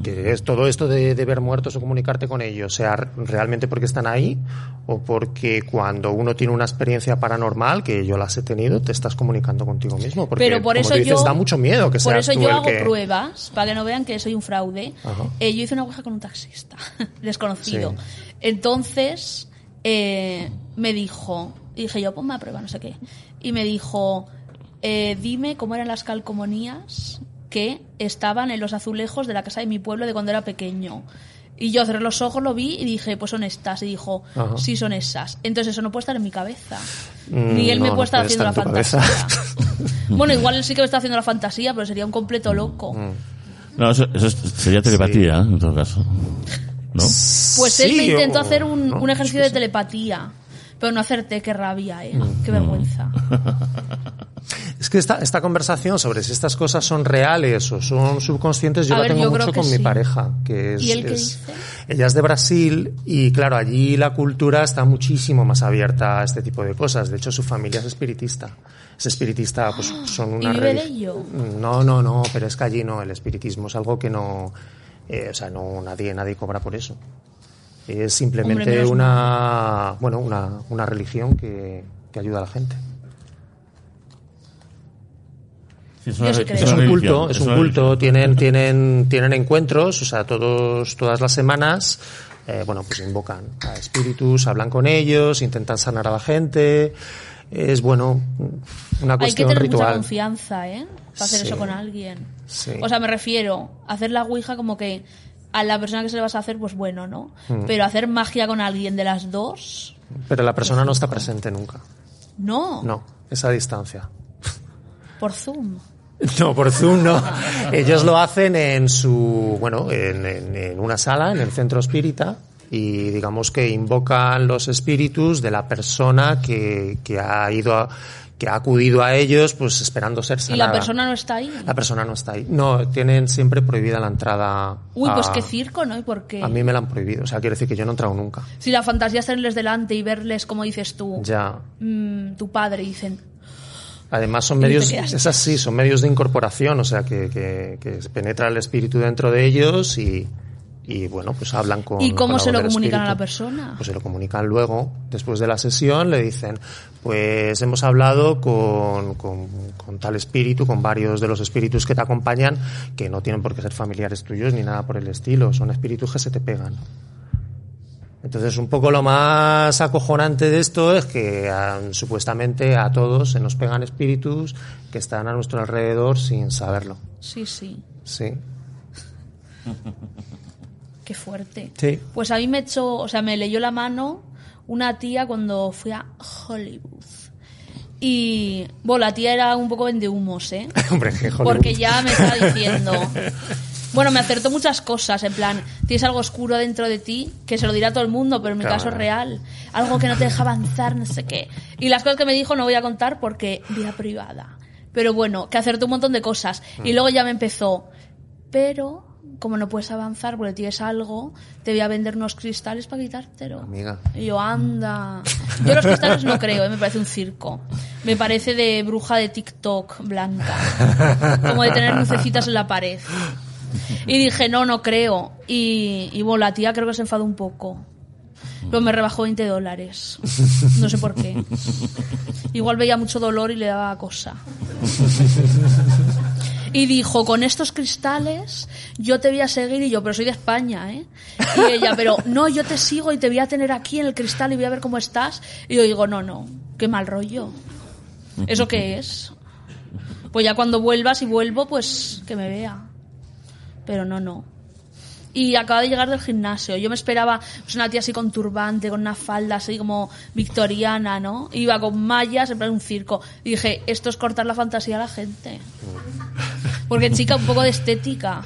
que es todo esto de, de ver muertos o comunicarte con ellos, sea r- realmente porque están ahí o porque cuando uno tiene una experiencia paranormal, que yo las he tenido, te estás comunicando contigo mismo. Porque,
pero por
como
eso
tú dices,
yo
da mucho miedo que
por
seas
eso
tú
yo
el
hago
que-
pruebas para que no vean que soy un fraude
Ajá.
Eh, yo hice una ouija con un taxista *laughs* desconocido entonces eh, me dijo dije yo ponme a prueba no sé qué y me dijo eh, dime cómo eran las calcomanías que estaban en los azulejos de la casa de mi pueblo de cuando era pequeño y yo cerré los ojos, lo vi y dije, pues son estas. Y dijo,
Ajá.
sí son esas. Entonces eso no puede estar en mi cabeza.
Mm,
Ni él me
no,
puede
no
estar
puede
haciendo la
estar en tu
fantasía.
cabeza.
bueno, igual él sí que me está haciendo la fantasía, pero sería un completo loco.
Mm.
No, eso, eso es- sería telepatía, en todo caso. ¿No?
Pues él
Sí,
me intentó
o-
hacer un,
no,
un
es
ejercicio
que
de
sí. Mm,
telepatía. Pero no acerté, qué rabia, eh. Qué vergüenza.
Es que esta, esta conversación sobre si estas cosas son reales o son subconscientes, yo
A
la
ver,
tengo
yo creo
mucho
que
con mi
sí.
pareja, que es,
¿Y él qué
es-
dice?
ella es de Brasil y claro, allí la cultura está muchísimo más abierta a este tipo de cosas. De hecho, su familia es espiritista. Es espiritista,
*gasps*
pues son una
vive de
relig-
ello?
No, no, no, pero es que allí no, el espiritismo es algo que no, eh, o sea, no nadie, nadie cobra por eso. Es simplemente
menos mal.
una, bueno, una, una religión que, que ayuda a la gente.
Sí, es
Yo sí
re-
creo.
es
es un
religión,
culto, es
una
un culto. Tienen, tienen, tienen encuentros, o sea, todos, todas las semanas, eh, bueno, pues invocan a espíritus, hablan con ellos, intentan sanar a la gente. Es bueno, una
Hay que
cuestión
tener mucha
ritual.
confianza, eh. Para hacer
Sí.
eso con alguien.
Sí.
O sea, me refiero, hacer la ouija como que a la persona que se le vas a hacer, pues bueno, ¿no?
Mm.
Pero hacer magia con alguien de las dos,
Pero la persona no está presente nunca.
no.
No, esa distancia.
Por Zoom.
*laughs* No, por Zoom no. Ellos lo hacen en su, bueno, en, en- en una sala, en el centro espírita, y digamos que invocan los espíritus de la persona que, que ha ido a- que ha acudido a ellos, pues esperando ser
Y
sanada.
la persona no está ahí.
La persona no está ahí. No, tienen siempre prohibida la entrada.
Uy, pues
a-
qué circo, ¿no? ¿Y por qué?
Ah. A mí me la han prohibido, o sea, quiero decir que yo no he entrado nunca.
Si la fantasía es tenerles delante y verles, como dices tú,
Ya.
mm, tu padre, y dicen,
Además son
Y te
medios,
quedas.
es así, son medios de incorporación, o sea que, que- que penetra el espíritu dentro de ellos y, y, bueno, pues hablan con...
¿Y
con
cómo
la
se
voz
lo
del
comunican a la
espíritu.
persona?
Pues se lo comunican luego, después de la sesión, le dicen, pues hemos hablado con, con- con tal espíritu, con varios de los espíritus que te acompañan, que no tienen por qué ser familiares tuyos ni nada por el estilo, son espíritus que se te pegan. Entonces, un poco lo más acojonante de esto es que ah, supuestamente a todos se nos pegan espíritus que están a nuestro alrededor sin saberlo.
Sí, sí.
Sí.
Qué fuerte.
Sí.
Pues a mí me echó, o sea, me leyó la mano una tía cuando fui a Hollywood. Y, bueno, la tía era un poco de humos, ¿eh?
*laughs* Hombre, qué *laughs* Hollywood.
Porque ya me estaba diciendo. Bueno, me acertó muchas cosas, en plan, tienes algo oscuro dentro de ti, que se lo dirá a todo el mundo, pero en mi
Claro.
caso es real. Algo que no te deja avanzar, no sé qué. Y las cosas que me dijo no voy a contar porque vida privada. Pero bueno, que acertó un montón de cosas. Y luego ya me empezó, pero como no puedes avanzar porque tienes algo, te voy a vender unos cristales para quitártelo.
Amiga.
Y yo, anda. Yo los cristales no creo, ¿eh? me parece un circo. Me parece de bruja de TikTok blanca. Como de tener lucecitas en la pared. Y dije, no, no creo. Y, y bueno, la tía creo que se enfadó un poco. Luego me rebajó 20 dólares. No sé por qué. Igual veía mucho dolor y le daba cosa. Y dijo, con estos cristales yo te voy a seguir y yo, pero soy de España, ¿eh? Y ella, pero no, yo te sigo y te voy a tener aquí en el cristal y voy a ver cómo estás. Y yo digo, no, no, qué mal rollo. ¿Eso qué es? Pues ya cuando vuelvas y vuelvo, pues que me vea. Pero no, no. Y acaba de llegar del gimnasio. Yo me esperaba pues, una tía así con turbante, con una falda así como victoriana, ¿no? Iba con mallas, en plan un circo. Y dije, esto es cortar la fantasía a la gente. Porque chica, un poco de estética.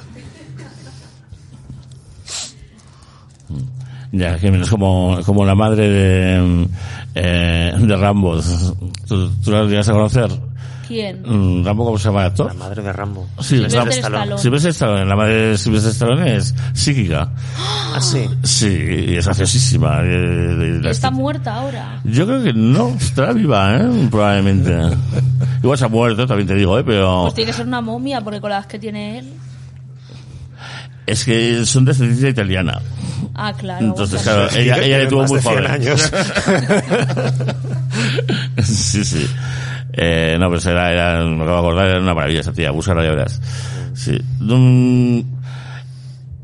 Ya, que es como, como la madre de, eh, de Rambo. ¿Tú, tú la llegas a conocer?
¿Quién?
Mm, ¿Rambo cómo se llama el actor?
La madre de Rambo.
Sí,
Sylvester
Rambo.
Pues Stallone.
Sylvester Stallone. La madre de Sylvester Stallone es psíquica.
Ah, sí.
Sí, y es graciosísima. eh, la
Está
estética.
muerta ahora.
Yo creo que no estará viva, ¿eh? Probablemente. Igual se ha muerto, también te digo, ¿eh? Pero
Pues tiene que ser una momia, porque con las que tiene él.
es que son de descendencia italiana.
Ah, claro.
Entonces,
bueno.
claro, ella, ella le
Tiene
tuvo
más
muy
de 100
joven. *laughs*
años.
sí, sí. Eh, no, pero era, era, me acabo de acordar, era una maravilla esa tía, búscala ya verás. Sí. Mm,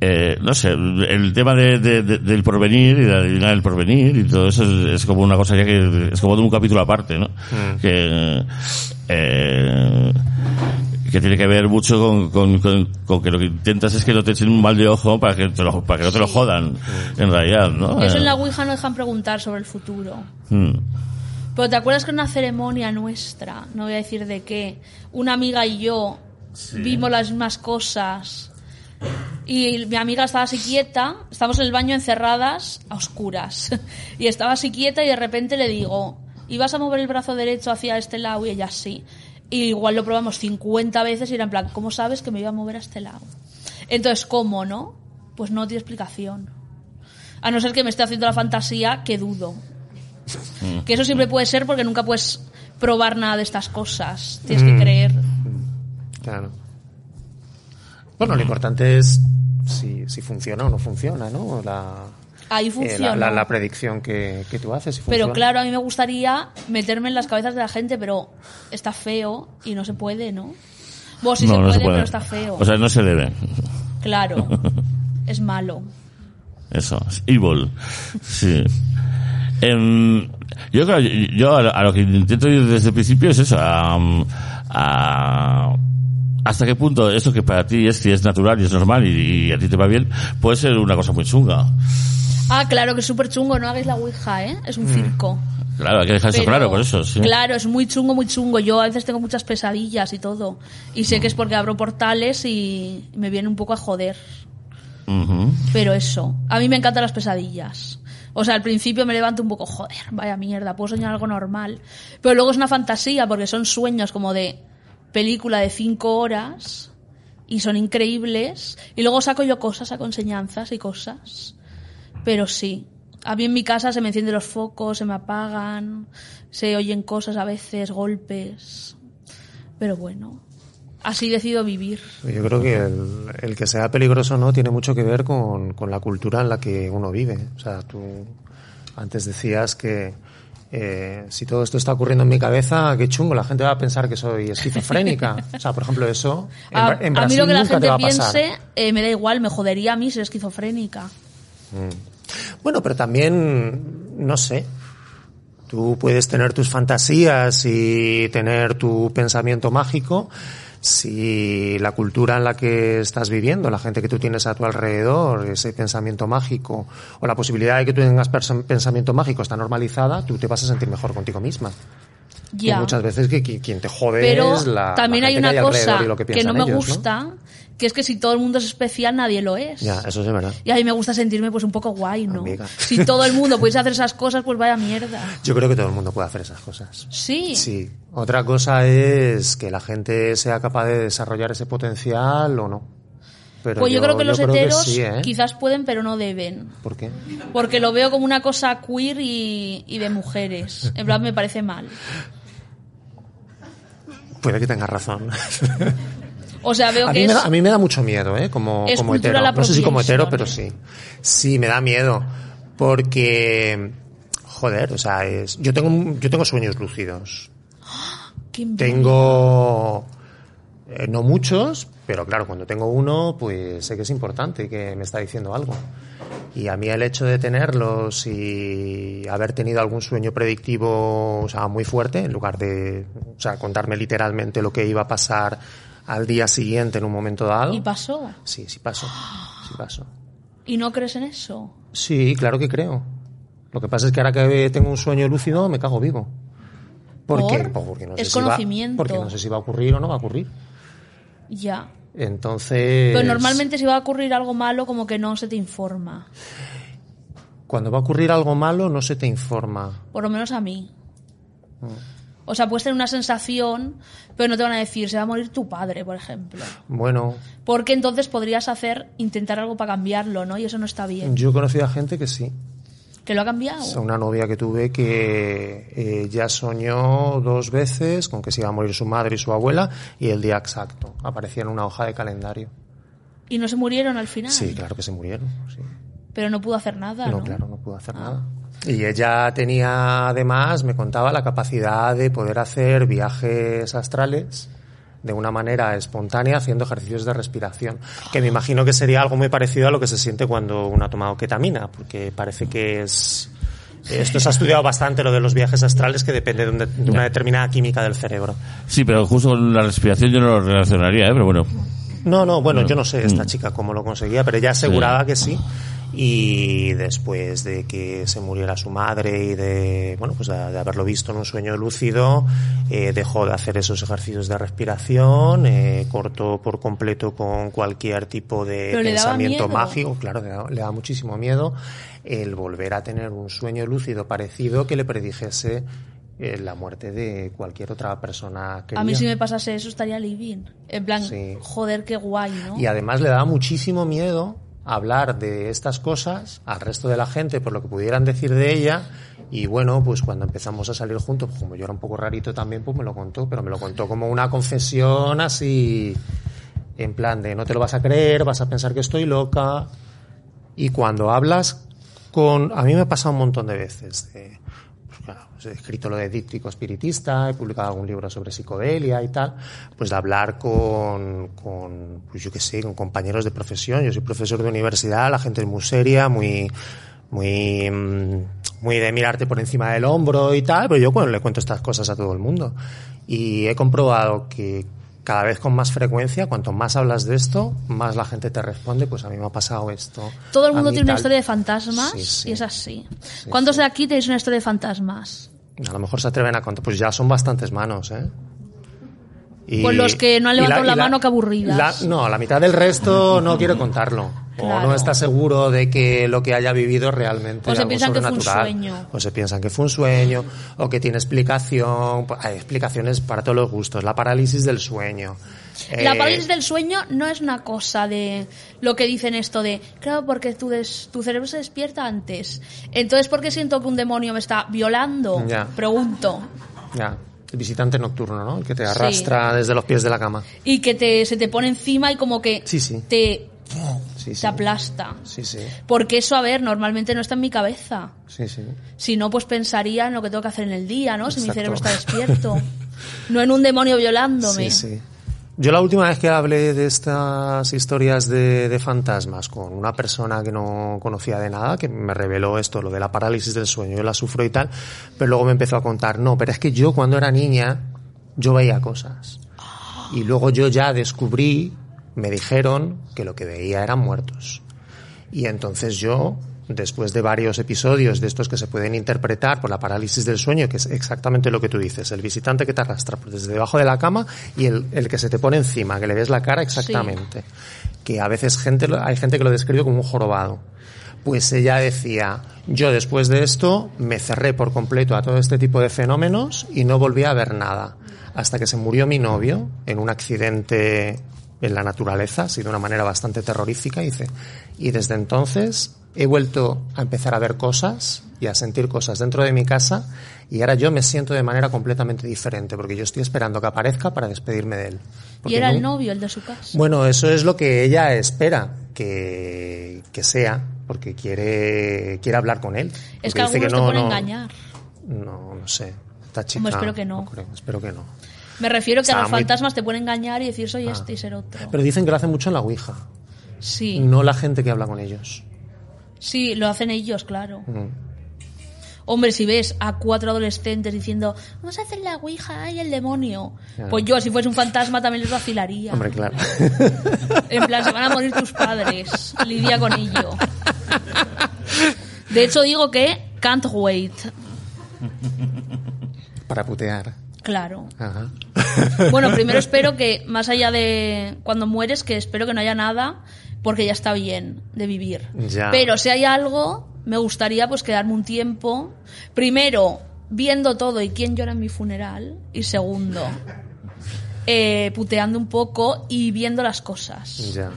eh, no sé, el tema de, de- de- del porvenir y de adivinar el porvenir y todo eso es, es como una cosa ya que es como de un capítulo aparte, ¿no? Que, eh, que tiene que ver mucho con, con- con- con que lo que intentas es que no te echen un mal de ojo para que, te lo- para que no te lo jodan, en realidad, ¿no?
Eso en
Eh,
la Ouija no dejan preguntar sobre el futuro.
mm.
Pero ¿te acuerdas que en una ceremonia nuestra, no voy a decir de qué, una amiga y yo vimos las mismas cosas? Y mi amiga estaba así quieta, estamos en el baño encerradas, a oscuras. *laughs* Y estaba así quieta y de repente le digo, ¿y vas a mover el brazo derecho hacia este lado? Y ella sí. Y igual lo probamos 50 veces y era en plan, ¿cómo sabes que me iba a mover a este lado? Entonces, ¿cómo, no? Pues no tiene explicación. A no ser que me esté haciendo la fantasía, que dudo. Que eso siempre puede ser porque nunca puedes probar nada de estas cosas. Tienes que creer.
Claro. Bueno, lo importante es si, si funciona o no funciona, ¿no? La,
Ahí
eh,
funciona.
la, la- la predicción que, que tú haces. si
pero
funciona.
claro, a mí me gustaría meterme en las cabezas de la gente, pero está feo y no se puede, ¿no? Bueno, sí se, puede, pero está feo.
O sea, no se debe. *laughs*
claro. es malo.
Eso, es evil. Sí. Em, yo creo, yo a lo, a lo que intento ir desde el principio es eso, a, a- hasta qué punto esto que para ti es, si es natural y es normal y, y a ti te va bien, puede ser una cosa muy chunga.
Ah, claro, que es súper chungo. No hagáis la Ouija, ¿eh? Es un circo.
Claro, hay que dejar Mm. eso
Pero-
claro, por eso, sí.
Claro, es muy chungo, muy chungo. Yo a veces tengo muchas pesadillas y todo. Y sé que es porque abro portales y me viene un poco a joder.
Ujú.
Pero eso, a mí me encantan las pesadillas. O sea, al principio me levanto un poco, joder, vaya mierda, puedo soñar algo normal. Pero luego es una fantasía porque son sueños como de película de cinco horas y son increíbles. Y luego saco yo cosas, saco enseñanzas y cosas. Pero sí, a mí en mi casa se me encienden los focos, se me apagan, se oyen cosas a veces, golpes. Pero bueno, así decido vivir.
Yo creo que el, el que sea peligroso o no tiene mucho que ver con, con la cultura en la que uno vive. O sea, tú antes decías que eh, si todo esto está ocurriendo en mi cabeza, qué chungo, la gente va a pensar que soy
*laughs*
esquizofrénica. O sea, por ejemplo, eso en,
A,
Bra- en
a mí
Brasil
lo que la
nunca te
gente
va a pasar.
piense eh, me da igual, me jodería a mí ser esquizofrénica.
Bueno, pero también, no sé, tú puedes tener tus fantasías y tener tu pensamiento mágico, si la cultura en la que estás viviendo, la gente que tú tienes a tu alrededor, ese pensamiento mágico o la posibilidad de que tú tengas perso- pensamiento mágico está normalizada, tú te vas a sentir mejor contigo misma. Y
Ya.
muchas veces que qui- quien te jode
Pero
es la, la
también hay
gente que
una cosa
alrededor y lo que,
que, no
piensan
me
ellos,
gusta, que es que si todo el mundo es especial, nadie lo es.
Ya, eso sí es verdad.
Y a mí me gusta sentirme pues un poco guay, ¿no?
Amiga.
Si todo
*laughs*
el mundo pudiese hacer esas cosas, pues vaya mierda.
Yo creo que todo el mundo puede hacer esas cosas.
Sí.
Sí. Otra cosa es que la gente sea capaz de desarrollar ese potencial o no. Pero
pues yo, creo que los heteros
sí, ¿eh?
quizás pueden, pero no deben.
¿Por qué?
Porque lo veo como una cosa queer y, y de mujeres. En plan, me parece mal.
Puede que tengas razón.
O sea, veo
A
que
mí,
es...
me da, a mí me da mucho miedo, ¿eh? Como,
Es
como
cultural
hetero. No sé si como hetero, pero sí.
appropriation.
Sí, me da miedo. Porque, joder, o sea, es, yo, tengo, yo tengo sueños lúcidos.
qué envidia.
Tengo, eh, no muchos, pero claro, cuando tengo uno, pues sé que es importante, que me está diciendo algo. Y a mí el hecho de tenerlos y haber tenido algún sueño predictivo, o sea, muy fuerte, en lugar de, o sea, contarme literalmente lo que iba a pasar al día siguiente en un momento dado.
Y pasó.
Sí, sí pasó. Sí pasó.
¿Y no crees en eso?
Sí, claro que creo. Lo que pasa es que ahora que tengo un sueño lúcido me cago vivo. ¿Por,
¿Por?
qué? Pues porque no sé
Es
si va-
conocimiento.
porque no sé si va a ocurrir o no va a ocurrir.
Ya.
Entonces.
Pero normalmente si va a ocurrir algo malo, como que no se te informa.
Cuando va a ocurrir algo malo no se te informa.
Por lo menos a mí.
Ah.
O sea, puedes tener una sensación, pero no te van a decir, se va a morir tu padre, por ejemplo.
Bueno,
Porque entonces podrías hacer, intentar algo para cambiarlo, ¿no? Y eso no está bien. Oh.
yo he conocido a gente que sí. Mm.
¿Que lo ha cambiado?
O sea, Una novia que tuve que eh, ya soñó dos veces con que se iba a morir su madre y su abuela y el día exacto aparecía en una hoja de calendario.
Y no se murieron al final.
Sí, claro que se murieron. Sí.
Pero no pudo hacer nada, ¿no? Ah.
No, claro, no pudo hacer nada. Y ella tenía, además, me contaba la capacidad de poder hacer viajes astrales de una manera espontánea haciendo ejercicios de respiración, que me imagino que sería algo muy parecido a lo que se siente cuando uno ha tomado ketamina, porque parece que es... Esto se ha estudiado bastante, lo de los viajes astrales, que depende de, un de- de una determinada química del cerebro.
Sí, pero justo con la respiración yo no lo relacionaría, ¿eh? pero bueno.
No, no, bueno, yo no sé esta chica cómo lo conseguía, pero ella aseguraba que sí. Y después de que se muriera su madre y de, bueno, pues de, de haberlo visto en un sueño lúcido, eh, dejó de hacer esos ejercicios de respiración, eh, cortó por completo con cualquier tipo de
Pero le daba
pensamiento
miedo.
mágico, claro, le da, le da muchísimo miedo el volver a tener un sueño lúcido parecido que le predijese eh, la muerte de cualquier otra persona que
A mí
vio.
si me pasase eso estaría living. En plan,
Sí.
joder, qué guay, ¿no?
Y además le daba muchísimo miedo hablar de estas cosas al resto de la gente por lo que pudieran decir de ella. Y bueno, pues cuando empezamos a salir juntos, pues como yo era un poco rarito también, pues me lo contó, pero me lo contó como una confesión así, en plan de no te lo vas a creer, vas a pensar que estoy loca. Y cuando hablas con... A mí me ha pasado un montón de veces. de- pues claro, pues he escrito lo de díptico espiritista, he publicado algún libro sobre psicodelia y tal. Pues de hablar con, con pues yo qué sé, con compañeros de profesión. Yo soy profesor de universidad, la gente es muy seria, muy... Muy, mm, muy de mirarte por encima del hombro y tal, pero yo bueno, le cuento estas cosas a todo el mundo. Y he comprobado que cada vez con más frecuencia, cuanto más hablas de esto, más la gente te responde, pues a mí me ha pasado esto,
Todo el
a
mundo
mí
tiene una
tal.
historia de fantasmas
Sí, sí.
y es así. ¿Cuántos de aquí tenéis una historia de fantasmas?
A lo mejor se atreven a contar. Pues ya son bastantes manos, ¿eh? Y-
Pues los que no han
y
levantado
y
la mano, qué aburridas.
la- no, la mitad del resto no quiere contarlo. O
Claro.
no está seguro de que lo que haya vivido es realmente
O se
algo
piensan que fue un
sobrenatural.
sueño.
O se piensan que fue un sueño, o que tiene explicación. Pues Hay explicaciones para todos los gustos. La parálisis del sueño.
La
Eh,
parálisis del sueño no es una cosa de lo que dicen esto de, claro, porque tu, des- tu cerebro se despierta antes. Entonces, ¿por qué siento que un demonio me está violando?
Ya.
Pregunto.
Ya, el visitante nocturno, ¿no? El que te arrastra desde los pies de la cama.
Y que te, se te pone encima y como que
Sí, sí.
te,
Sí,
te
sí.
aplasta.
Sí, sí.
Porque eso, a ver, normalmente no está en mi cabeza.
Sí, sí.
Si no, pues pensaría en lo que tengo que hacer en el día, ¿no? Si mi
Exacto.
cerebro
*laughs*
está despierto. No en un demonio violándome.
Sí, sí. Yo la última vez que hablé de estas historias de, de fantasmas con una persona que no conocía de nada, que me reveló esto, lo de la parálisis del sueño, yo la sufro y tal, pero luego me empezó a contar, no, pero es que yo cuando era niña, yo veía cosas. Y luego yo ya descubrí, me dijeron que lo que veía eran muertos. Y entonces yo, después de varios episodios de estos que se pueden interpretar por la parálisis del sueño, que es exactamente lo que tú dices, el visitante que te arrastra por desde debajo de la cama y el, el que se te pone encima, que le ves la cara exactamente. Que a veces gente, lo- hay gente que lo describe como un jorobado. Pues ella decía, yo después de esto me cerré por completo a todo este tipo de fenómenos y no volví a ver nada. Hasta que se murió mi novio en un accidente en la naturaleza, así de una manera bastante terrorífica, dice. Y desde entonces he vuelto a empezar a ver cosas y a sentir cosas dentro de mi casa y ahora yo me siento de manera completamente diferente porque yo estoy esperando que aparezca para despedirme de él.
Y
Porque
era el
nu-
novio, el de su casa.
bueno, eso es lo que ella espera que, que sea, porque quiere, quiere hablar con él.
es
Porque
que
dice
algunos te ponen a
no,
engañar.
No, no sé. Esta chica.
Hombre, espero que no.
creo, espero que no.
Me refiero que a
Estaba
los
muy-
fantasmas te pueden engañar y decir soy este y ser otro.
Ah. Pero mm. dicen que lo hacen mucho en la Ouija,
Sí,
no la gente que habla con ellos.
sí, lo hacen ellos, claro.
Mm.
Hombre, si ves a cuatro adolescentes diciendo vamos a hacer la ouija y el demonio,
Claro.
pues yo, si fuese un fantasma, también les vacilaría.
Hombre, claro. *laughs*
En plan, se van a morir tus padres. Lidia con ello. De hecho, digo que can't wait.
Para putear.
Claro.
Ajá.
Bueno, primero espero que, más allá de cuando mueres, que espero que no haya nada, porque ya está bien de vivir.
Ya.
Pero si hay algo, me gustaría pues quedarme un tiempo. Primero, viendo todo y quién llora en mi funeral. Y segundo, eh, puteando un poco y viendo las cosas.
Ya.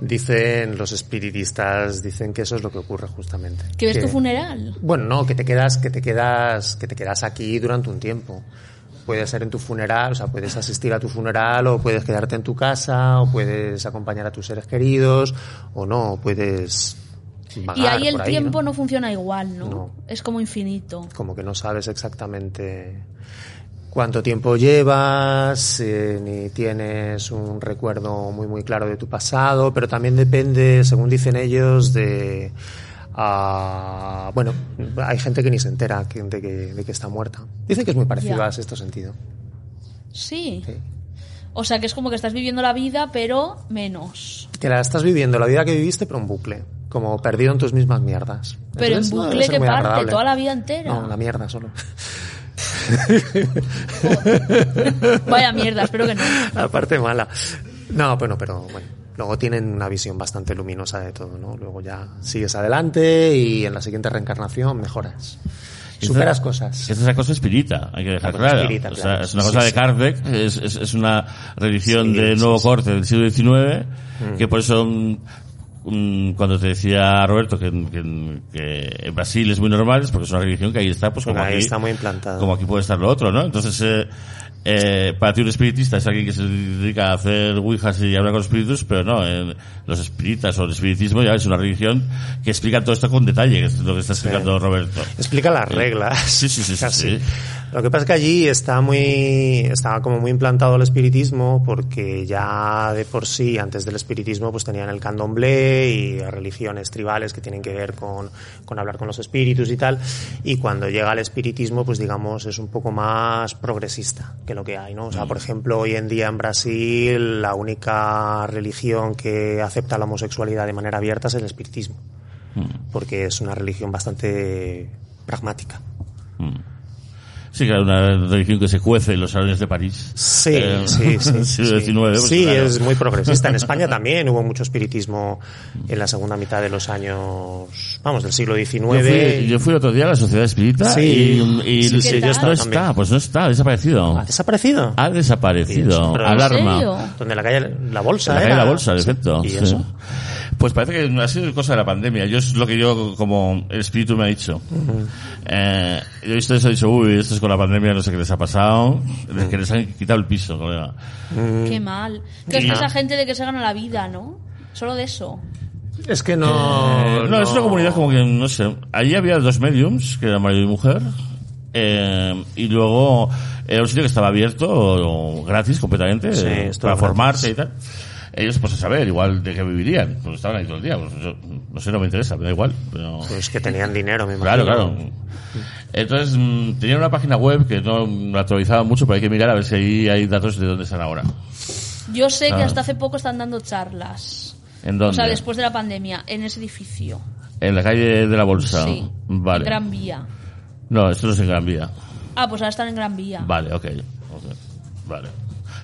Dicen los espiritistas, dicen que eso es lo que ocurre justamente.
Que ves tu funeral.
Bueno, no, que te quedas, que te quedas, que te quedas aquí durante un tiempo. Puede ser en tu funeral, o sea, puedes asistir a tu funeral, o puedes quedarte en tu casa, o puedes acompañar a tus seres queridos, o no, puedes. Vagar
Y ahí el
por
tiempo
¿no?
¿no? funciona igual, ¿no?
No.
Es como infinito.
Como que no sabes exactamente cuánto tiempo llevas, eh, ni tienes un recuerdo muy muy claro de tu pasado, pero también depende, según dicen ellos, de ah, bueno, hay gente que ni se entera que- de que, de que está muerta. Dicen que es muy parecido
Ya.
a sexto sentido.
Sí.
Sí.
O sea que es como que estás viviendo la vida, pero menos.
Que la estás viviendo, la vida que viviste, pero en bucle. Como perdido en tus mismas mierdas.
Pero en
Entonces, no debe
bucle
ser
que
muy
parte
agradable.
toda la vida entera.
No, la mierda solo.
Vaya mierda, espero que no.
*laughs* La parte mala. No, bueno, pero bueno. Luego tienen una visión bastante luminosa de todo, ¿no? Luego ya sigues adelante y en la siguiente reencarnación mejoras. Superas cosas.
Es una cosa espirita, hay que dejar
Una cosa
claro.
espírita,
O sea,
claro.
es una
Sí,
cosa de
sí.
Kardec, es, es, es una religión
Sí,
de
sí,
nuevo
sí.
corte del siglo XIX, que por eso mm, mm, cuando te decía Roberto que, en- que en- que en Brasil es muy normal, es porque es una religión que ahí está, pues como
Ahí
aquí,
está muy implantada.
como aquí puede estar lo otro, ¿no? Entonces, eh, eh, para ti un espiritista es alguien que se dedica a hacer ouijas y hablar con los espíritus, pero no, eh, los espiritas o el espiritismo ya es una religión que explica todo esto con detalle, que es lo que está explicando Roberto.
Explica las reglas. *laughs*
Sí, sí, sí, sí,
casi.
sí.
Lo que pasa es que allí está muy, está como muy implantado el espiritismo porque ya de por sí, antes del espiritismo, pues tenían el candomblé y religiones tribales que tienen que ver con, con hablar con los espíritus y tal. Y cuando llega el espiritismo, pues digamos, es un poco más progresista que lo que hay, ¿no? O
Mm.
sea, por ejemplo, hoy en día en Brasil, la única religión que acepta la homosexualidad de manera abierta es el espiritismo
Mm.
porque es una religión bastante pragmática.
Sí, claro, una religión que se cuece en los salones de París.
Sí,
Eh, *laughs*
sí, sí.
siglo
sí.
XIX, pues,
Sí,
claro.
es muy progresista.
*laughs*
En España también hubo mucho espiritismo en la segunda mitad de los años, vamos, del siglo
Yo
XIX.
fui, yo fui el otro día a la Sociedad Espírita
Sí.
y, y-
Sí,
sí,
no
yo he estado
está,
también.
pues no está, ha desaparecido.
¿Ha desaparecido?
Ha
Sí,
desaparecido.
pero-
Alarma.
¿En serio?
Donde la calle la
Ah. En
bolsa,
la calle
era.
la bolsa, de
Sí.
efecto.
¿Y
sí.
eso?
Pues parece que no ha sido cosa de la pandemia. Yo es lo que yo, como el espíritu me ha dicho. Eh, yo he visto eso y he dicho, uy, esto es con la pandemia, no sé qué les ha pasado. Es que les han quitado el piso, colega.
Qué mal. Entonces
Mm. Y-
es esa gente de que se gana la vida, ¿no? Solo de eso.
Es que Pues no.
Eh, no, es una comunidad como que, no sé. Allí había dos mediums, que eran marido y mujer. eh, y luego era un sitio que estaba abierto, o- o gratis completamente,
Sí,
eh,
estuvo
para
gratis.
formarse y tal. ellos, pues a saber, igual de qué vivirían, porque estaban ahí todo el día. Pues, yo- no sé, no me interesa, me da igual. Pero...
Pues que tenían dinero, me
Claro,
imagino.
claro. Entonces, mm, tenía una página web que no la actualizaba mucho, pero hay que mirar a ver si ahí hay datos de dónde están ahora.
Yo sé que
Ah.
hasta hace poco están dando charlas.
¿En dónde?
O sea, después de la pandemia, en ese edificio.
En la calle de la Bolsa.
Sí.
Vale.
Gran Vía.
No, esto no es en Gran Vía.
Ah, pues ahora están en Gran Vía.
Vale, ok. ok. Vale.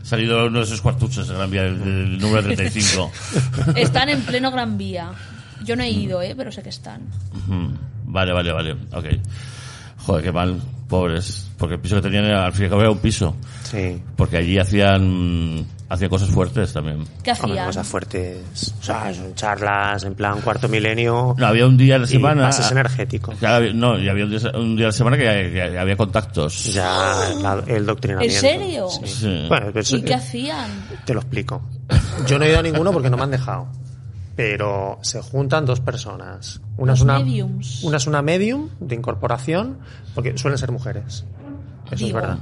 Ha salido uno de esos cuartuchos en Gran Vía, el, el número 35.
*laughs* Están en pleno Gran Vía. Yo
Mm.
no he ido, ¿eh? Pero sé que están.
Ujú. vale, vale, vale. Ok. Joder, qué mal. Pobres. Porque el piso que tenían era, al fin y al cabo era un piso.
Sí.
Porque allí hacían, hacían cosas fuertes también.
¿Qué
Hombre,
hacían?
pues
cosas fuertes. O sea, son charlas en plan cuarto milenio.
No, había un día a la ah,
Y
semana.
pases energético.
Claro, había- no, y había un día, un día a la semana que, que había contactos.
Ya, la- el doctrinamiento.
¿En serio?
Sí.
Bueno, pues,
¿Y qué
eh,
hacían?
te lo explico. Yo no he ido a ninguno porque no me han dejado. Pero se juntan dos personas. Una
Los
es una,
mediums.
una es una medium de incorporación, porque suelen ser mujeres. Eso
Digo.
es verdad.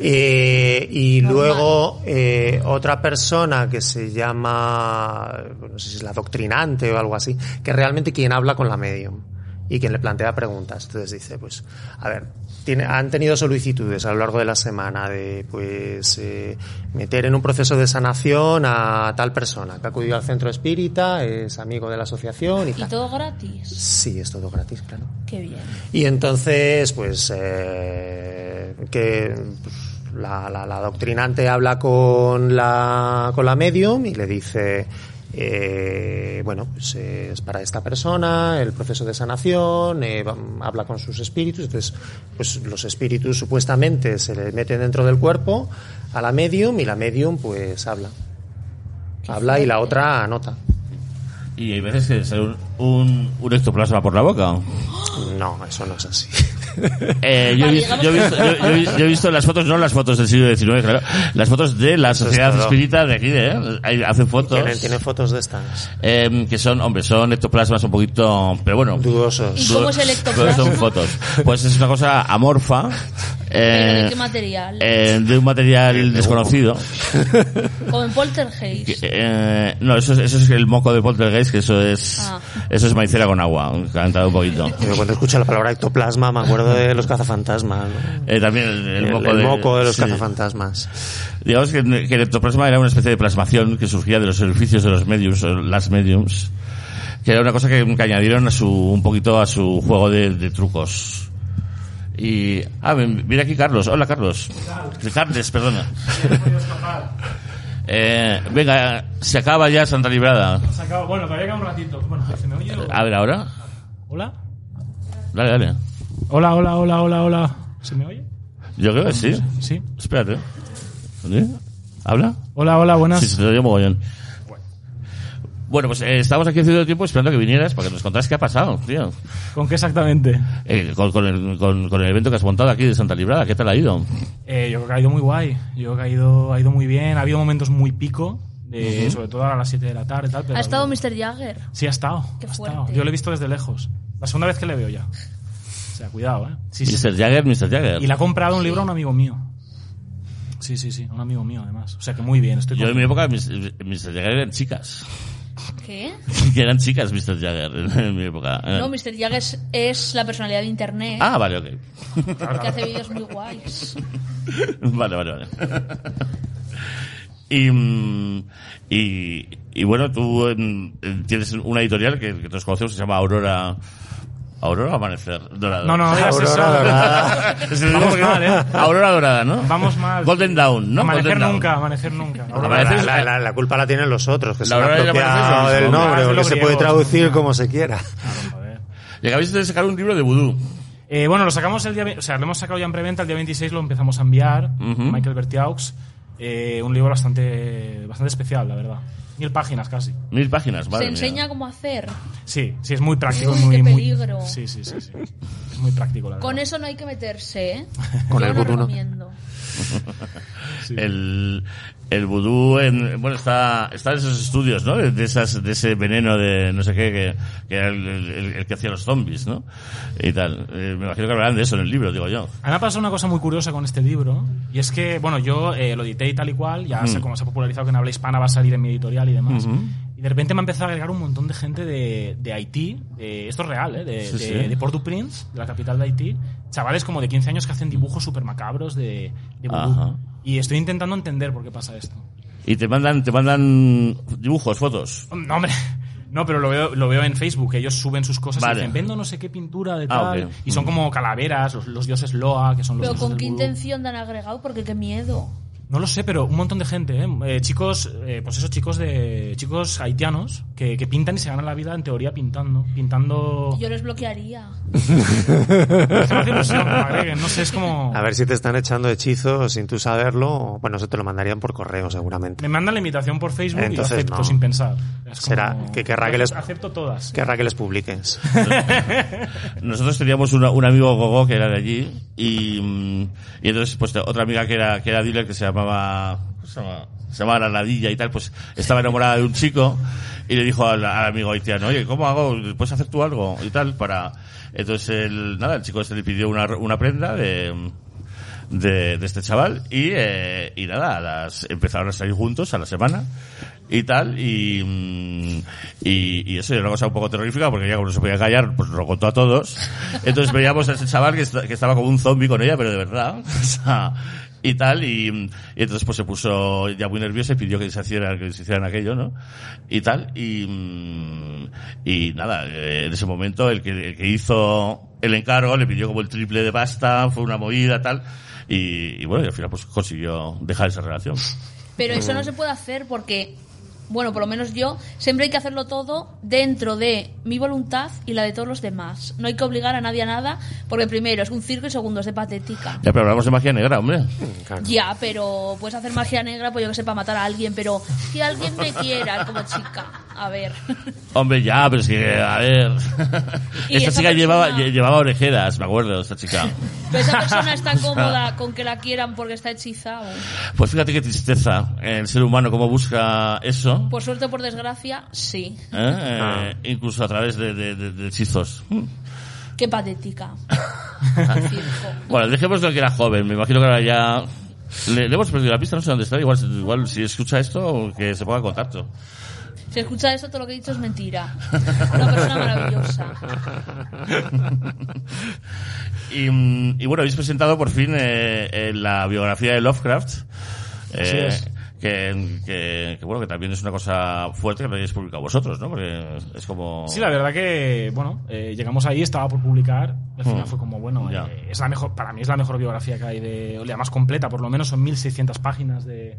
Eh, y luego eh, otra persona que se llama, no sé si es la doctrinante o algo así, que realmente quien habla con la medium y quien le plantea preguntas. Entonces dice, pues, a ver, tiene- han tenido solicitudes a lo largo de la semana de, pues, eh, meter en un proceso de sanación a tal persona que ha acudido al centro espírita, es amigo de la asociación y
¿Y
tal.
todo gratis?
Sí, es todo gratis, claro.
Qué bien.
Y entonces, pues, eh, que pues, la, la- la doctrinante habla con la, con la medium y le dice, eh, bueno, pues eh, es para esta persona, el proceso de sanación, eh, va- habla con sus espíritus, entonces, pues los espíritus supuestamente se le meten dentro del cuerpo a la medium y la medium pues habla. Habla y la otra anota.
Y hay veces que sale un, un, un ectoplasma por la boca.
No, eso no es así.
Eh, yo, he
Vale,
visto,
digamos
yo, he
que-
visto, yo- yo he visto- yo he visto las fotos, no las fotos del siglo XIX, claro, las fotos de la sociedad
todo.
espírita de aquí, de, ¿eh? Ahí hacen fotos.
Tienen, tienen fotos de estas.
eh, que son, hombre, son ectoplasmas un poquito, pero bueno.
Dudosos.
¿Y cómo es el ectoplasma?
Son fotos. Pues es una cosa amorfa.
¿Pero
Eh,
de qué material?
eh, de un material desconocido.
Como en Poltergeist.
Que, eh, no, eso es, eso es el moco de poltergeist, que eso es,
Ah.
eso es maicera con agua, calentado un
*laughs*
poquito.
Pero cuando escucho la palabra ectoplasma me acuerdo de los cazafantasmas. ¿no?
Eh, también el, el moco, de,
de los
sí.
cazafantasmas.
Digamos que, que el ectoplasma era una especie de plasmación que surgía de los edificios de los mediums, o las mediums, que era una cosa que, que añadieron a su, un poquito a su juego de, de trucos. Y, ah, ven- mira aquí Carlos. Hola Carlos. Carles, perdona. Eh, venga, se acaba ya Santa Librada.
Se acaba. Bueno, todavía queda un ratito. Bueno, ¿se me oye? o-
A ver, ahora.
¿Hola?
Dale, dale.
Hola, hola, hola, hola, hola. ¿Se me oye?
Yo creo que sí.
Sí.
Espérate. ¿Sí? ¿Habla?
Hola, hola, buenas.
Sí, se te oye mogollón. Bueno, pues eh, estamos aquí haciendo tiempo esperando que vinieras para que nos contaras qué ha pasado, tío.
¿Con qué exactamente?
Eh, con, con el, con- con el evento que has montado aquí de Santa Librada, ¿qué tal ha ido?
Eh, yo creo que ha ido muy guay. Yo creo que ha ido, ha ido muy bien. Ha habido momentos muy pico, de, sobre todo a las 7 de la tarde. y Tal, pero
¿Ha estado
habido-
Mr. Jagger?
Sí, ha estado.
Qué
ha estado.
fuerte.
Yo lo he visto desde lejos. La segunda vez que le veo ya. O sea, cuidado, ¿eh? Sí, sí.
Mr. Jagger, Mr. Jagger.
Y le ha comprado un libro a un amigo mío. Sí, sí, sí, a un amigo mío además. O sea que muy bien, estoy
Yo en
con-
mi época, mis- Mr. Jagger eran
*laughs*
chicas.
¿Qué?
Que eran chicas, Mr. Jagger, en mi época.
No, Mr. Jagger es, es la personalidad de internet
Ah, vale, ok. *laughs* Ah.
que hace vídeos muy guays.
Vale, vale, vale. Y, mm, y, y bueno, tú em, em, tienes una editorial que, que todos conocemos que se llama Aurora. Aurora o Amanecer Dorado. *laughs*
No, no, no digas eso.
Aurora dorada.
Se lo digo
Vamos
porque-
mal, ¿eh?
Aurora Dorada, ¿no?
Vamos mal.
Golden Dawn, ¿no?
Amanecer
Golden Dawn.
nunca,
*laughs*
amanecer nunca.
Ahora
La,
parece-
la- la- la culpa la tienen los otros, que
La
se han
verdad es que
apropiado
parece lo
del
mismo.
Ah,
nombre,
es
o
lo
que se
griego,
puede
sí.
traducir como se quiera.
Joder.
Y acabáis de sacar un libro de vudú.
Eh, bueno, lo sacamos el día, ve- o sea, lo hemos sacado ya en preventa, el día 26 lo empezamos a enviar,
Ujú.
Michael Bertiaux, eh, un libro bastante, bastante especial, la verdad. Mil páginas casi.
Mil páginas,
Se
madre mía.
enseña cómo hacer.
Sí, sí, es muy práctico,
Uy,
muy,
qué
muy-
peligro.
Sí, sí, sí, sí. Es muy práctico, la verdad.
Con eso no hay que meterse, ¿eh?
*laughs* Con
Yo
el
no
vudú no.
recomiendo.
Sí.
El, el vudú en, bueno, está, está en esos estudios, ¿no? De esas, de ese veneno de no sé qué, que, que era el, el- el que hacía los zombies, ¿no? Y tal. Eh, me imagino que hablarán de eso en el libro, digo yo.
A mí me ha pasado una cosa muy curiosa con este libro, y es que, bueno, yo eh, lo edité y tal y cual, ya
Mm.
sé cómo se ha popularizado que en habla hispana va a salir en mi editorial y demás. Y de repente me ha empezado a agregar un montón de gente de, de Haití, de- esto es real, ¿eh? de,
Sí,
de-
sí.
de Port-au-Prince, de la capital de Haití, chavales como de 15 años que hacen dibujos súper macabros de, de vudú.
Ajá.
Y estoy intentando entender por qué pasa esto.
Y te mandan, te mandan dibujos, fotos.
No, hombre. *laughs* No, pero lo veo, lo veo en Facebook. que Ellos suben sus cosas
Vale.
y dicen, vendo no sé qué pintura de
Ah,
tal.
ok.
Y son como calaveras, los, los dioses Loa, que son los
Pero
dioses
¿con
del
qué
vudú.
intención te han agregado? Porque qué miedo.
No lo sé, pero un montón de gente, ¿eh? Eh, chicos, eh, pues esos chicos de chicos haitianos que, que pintan y se ganan la vida en teoría pintando, pintando.
Yo les bloquearía.
Es que me hace ilusión que me agreguen, no sé, es como
A ver si te están echando hechizos sin tú saberlo. o, Bueno, eso te lo mandarían por correo seguramente.
me mandan la invitación por Facebook
Entonces,
y acepto
no.
sin pensar. Es
Será
como-
que querrá que les-
acepto todas.
Querrá que
*laughs*
les publiques.
Nosotros teníamos una- un amigo Gogo que era de allí y, mm, y entonces pues otra amiga que era, que era dealer que se llamaba, ¿cómo se llamaba? Se llamaba la ladilla y tal, pues estaba enamorada de un chico y le dijo al, al amigo haitiano, oye, ¿cómo hago? ¿Puedes hacer tú algo? Y tal, para... Entonces el, nada, el chico se le pidió una, una prenda de, de, de este chaval y, eh, y nada, a las, empezaron a salir juntos a la semana y tal y, mm, y, y eso era una cosa un poco terrorífica porque ya como no se podía callar pues lo contó a todos entonces veíamos a ese chaval que, esta- que estaba como un zombie con ella pero de verdad *laughs* o sea, y tal y, mm, y entonces pues se puso ya muy nervioso y pidió que se hicieran que se hicieran aquello no y tal y mm, y nada eh, en ese momento el que, el que hizo el encargo le pidió como el triple de pasta fue una movida tal y, y bueno y al final pues consiguió dejar esa relación
Pero eso no se puede hacer porque, bueno, por lo menos yo, siempre hay que hacerlo todo dentro de mi voluntad y la de todos los demás. No hay que obligar a nadie a nada porque primero es un circo y segundo es de patética.
ya pero hablamos de magia negra hombre
Claro.
Ya, pero puedes hacer magia negra, pues yo que sé, para matar a alguien, pero que alguien me quiera como chica. A ver. *laughs*
Hombre, ya, pero es que, a ver.
Y
esta
esa
chica
persona-
llevaba, lle- llevaba orejeras, me acuerdo, esta chica.
Pero esa persona está cómoda con que la quieran porque está hechizado.
Pues fíjate qué tristeza, el ser humano cómo busca eso,
Por suerte o por desgracia, sí.
¿eh? Eh, incluso a través de, de- de- de hechizos. Mm.
Qué patética. El circo.
Bueno, dejémoslo que era joven, me imagino que ahora ya... Le, le hemos perdido la pista, no sé dónde está, igual, igual si escucha esto, que se ponga en contacto.
Si escucha eso, todo lo que he dicho es mentira. Una persona maravillosa.
*laughs* Y, mm, y bueno, habéis presentado por fin eh, eh, la biografía de Lovecraft. eh,
Así es.
que, que- que bueno, que también es una cosa fuerte que lo hayáis publicado vosotros, ¿no? Porque es como...
Sí, la verdad que, bueno, eh, llegamos ahí, estaba por publicar, y al final fue como, bueno,
Mm. Ya.
eh, es la mejor, para mí es la mejor biografía que hay de, o la más completa, por lo menos son 1600 páginas de,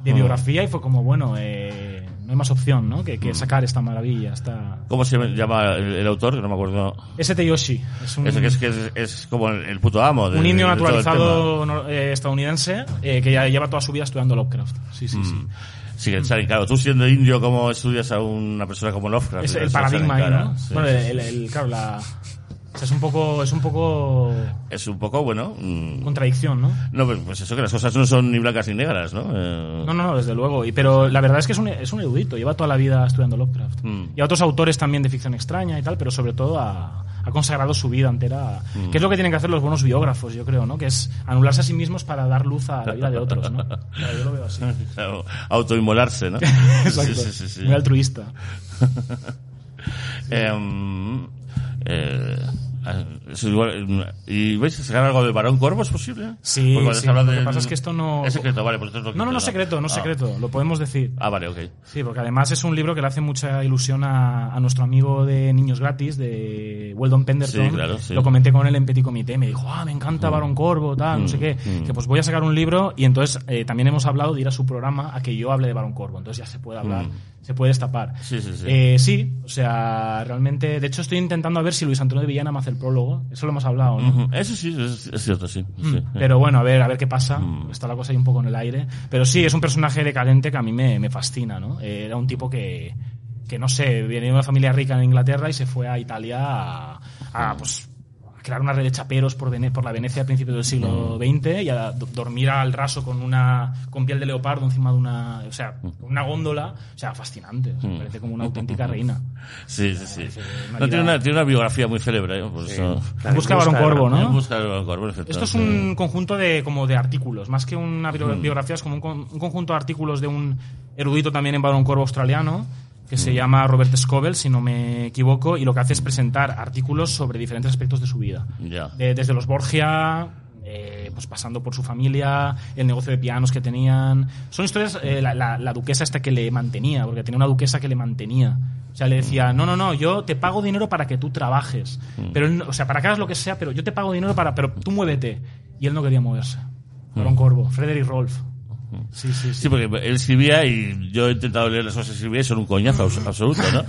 Mm.
de biografía, y fue como, bueno, eh, no hay más opción, ¿no? Que, que sacar esta maravilla, esta...
Mm. ¿Cómo se llama el, el autor? Que No me acuerdo.
S.T. Yoshi, es un,
Es, que es, que es, es como el, el puto amo. de-
un indio
de todo el
naturalizado nor- eh, estadounidense eh, que ya lleva toda su vida estudiando Lovecraft. Sí, sí, sí.
tema. Sí, que sale claro. Tú siendo indio, ¿cómo estudias a una persona como Lovecraft?
Es
Eso
el
sale
paradigma ahí,
cara.
¿no?
Sí,
Bueno,
sí, sí.
el, el- claro, la... o sea, es un poco, es un poco
Es un poco, bueno... mm,
contradicción, ¿no?
No, pues, pues eso, que las cosas no son ni blancas ni negras, ¿no? Eh, *laughs*
No, no, no, desde luego. Y, pero la verdad es que es un, es un erudito. Lleva toda la vida estudiando Lovecraft.
Mm.
Y a otros autores también de ficción extraña y tal, pero sobre todo ha, ha consagrado su vida entera.
Mm.
Que es lo que tienen que hacer los buenos biógrafos, yo creo, ¿no? Que es anularse a sí mismos para dar luz a la vida de
*laughs*
otros, ¿no? Claro, yo lo veo así.
Claro, autoinmolarse, ¿no?
*laughs*
Sí,
Exacto.
sí, sí, sí.
Muy altruista.
Em, eh, es igual, em, ¿Y vais a sacar algo de Barón Corvo? ¿Es posible?
Sí,
Porque cuando
sí,
se habla
lo que
del-
pasa es que esto no-
Es secreto, vale, pues esto es lo que
No, no, no
queda.
es secreto, no es
Ah.
secreto. Lo podemos decir.
Ah, vale, ok.
Sí, porque además es un libro que le hace mucha ilusión a, a nuestro amigo de Niños Gratis, de Weldon Penderton.
Sí, claro, sí. Mm.
Lo comenté con él en Petit Comité, me dijo, ah, me encanta Barón Corvo, tal, no sé qué. Que pues voy a sacar un libro y entonces eh, también hemos hablado de ir a su programa a que yo hable de Barón Corvo. Entonces ya se puede hablar, se puede destapar.
Mm. Sí, sí, sí.
Eh, sí, o sea, realmente, de hecho estoy intentando a ver si Luis Antonio de Villana me hace el prólogo. Eso lo hemos hablado, ¿no?
Ujú, Eso sí, es, es cierto, sí. sí.
Mm, Pero bueno, a ver, a ver qué pasa. Está la cosa ahí un poco en el aire. Pero sí, es un personaje decadente que a mí me, me fascina, ¿no? Eh, Era un tipo que, que, no sé, venía de una familia rica en Inglaterra y se fue a Italia a, a, pues, a crear una red de chaperos por, Vene- por la Venecia a principios del siglo XX y a do- dormir al raso con una con piel de leopardo encima de una o sea con una góndola o sea fascinante o sea, me parece como una auténtica reina
Sí, sí, sí.
una
No,
vida-
tiene, una, tiene una biografía muy célebre. ¿eh? Por eso.
Claro,
busca
busca
Barón
el
Corvo
Eh,
¿no?
busca el Corvo,
Esto es
efectivamente.
un conjunto de como de artículos, más que una bio- biografía, es como un, con- un conjunto de artículos de un erudito también en Barón Corvo australiano que se llama Robert Scovel, si no me equivoco, y lo que hace es presentar artículos sobre diferentes aspectos de su vida.
Ya.
De- desde los Borgia, eh, pues pasando por su familia, el negocio de pianos que tenían. Son historias, eh, la, la- la duquesa esta que le mantenía, porque tenía una duquesa que le mantenía. O sea, le decía, no, no, no, yo te pago dinero para que tú trabajes. Pero él no- o sea, para que hagas lo que sea, pero yo te pago dinero para, pero tú muévete. Y él no quería moverse. Barón Corvo, Frederick Rolf. Sí, sí, sí.
Sí, porque él escribía y yo he intentado leer las cosas que escribía y son un coñazo
*laughs*
abs- absoluto, ¿no?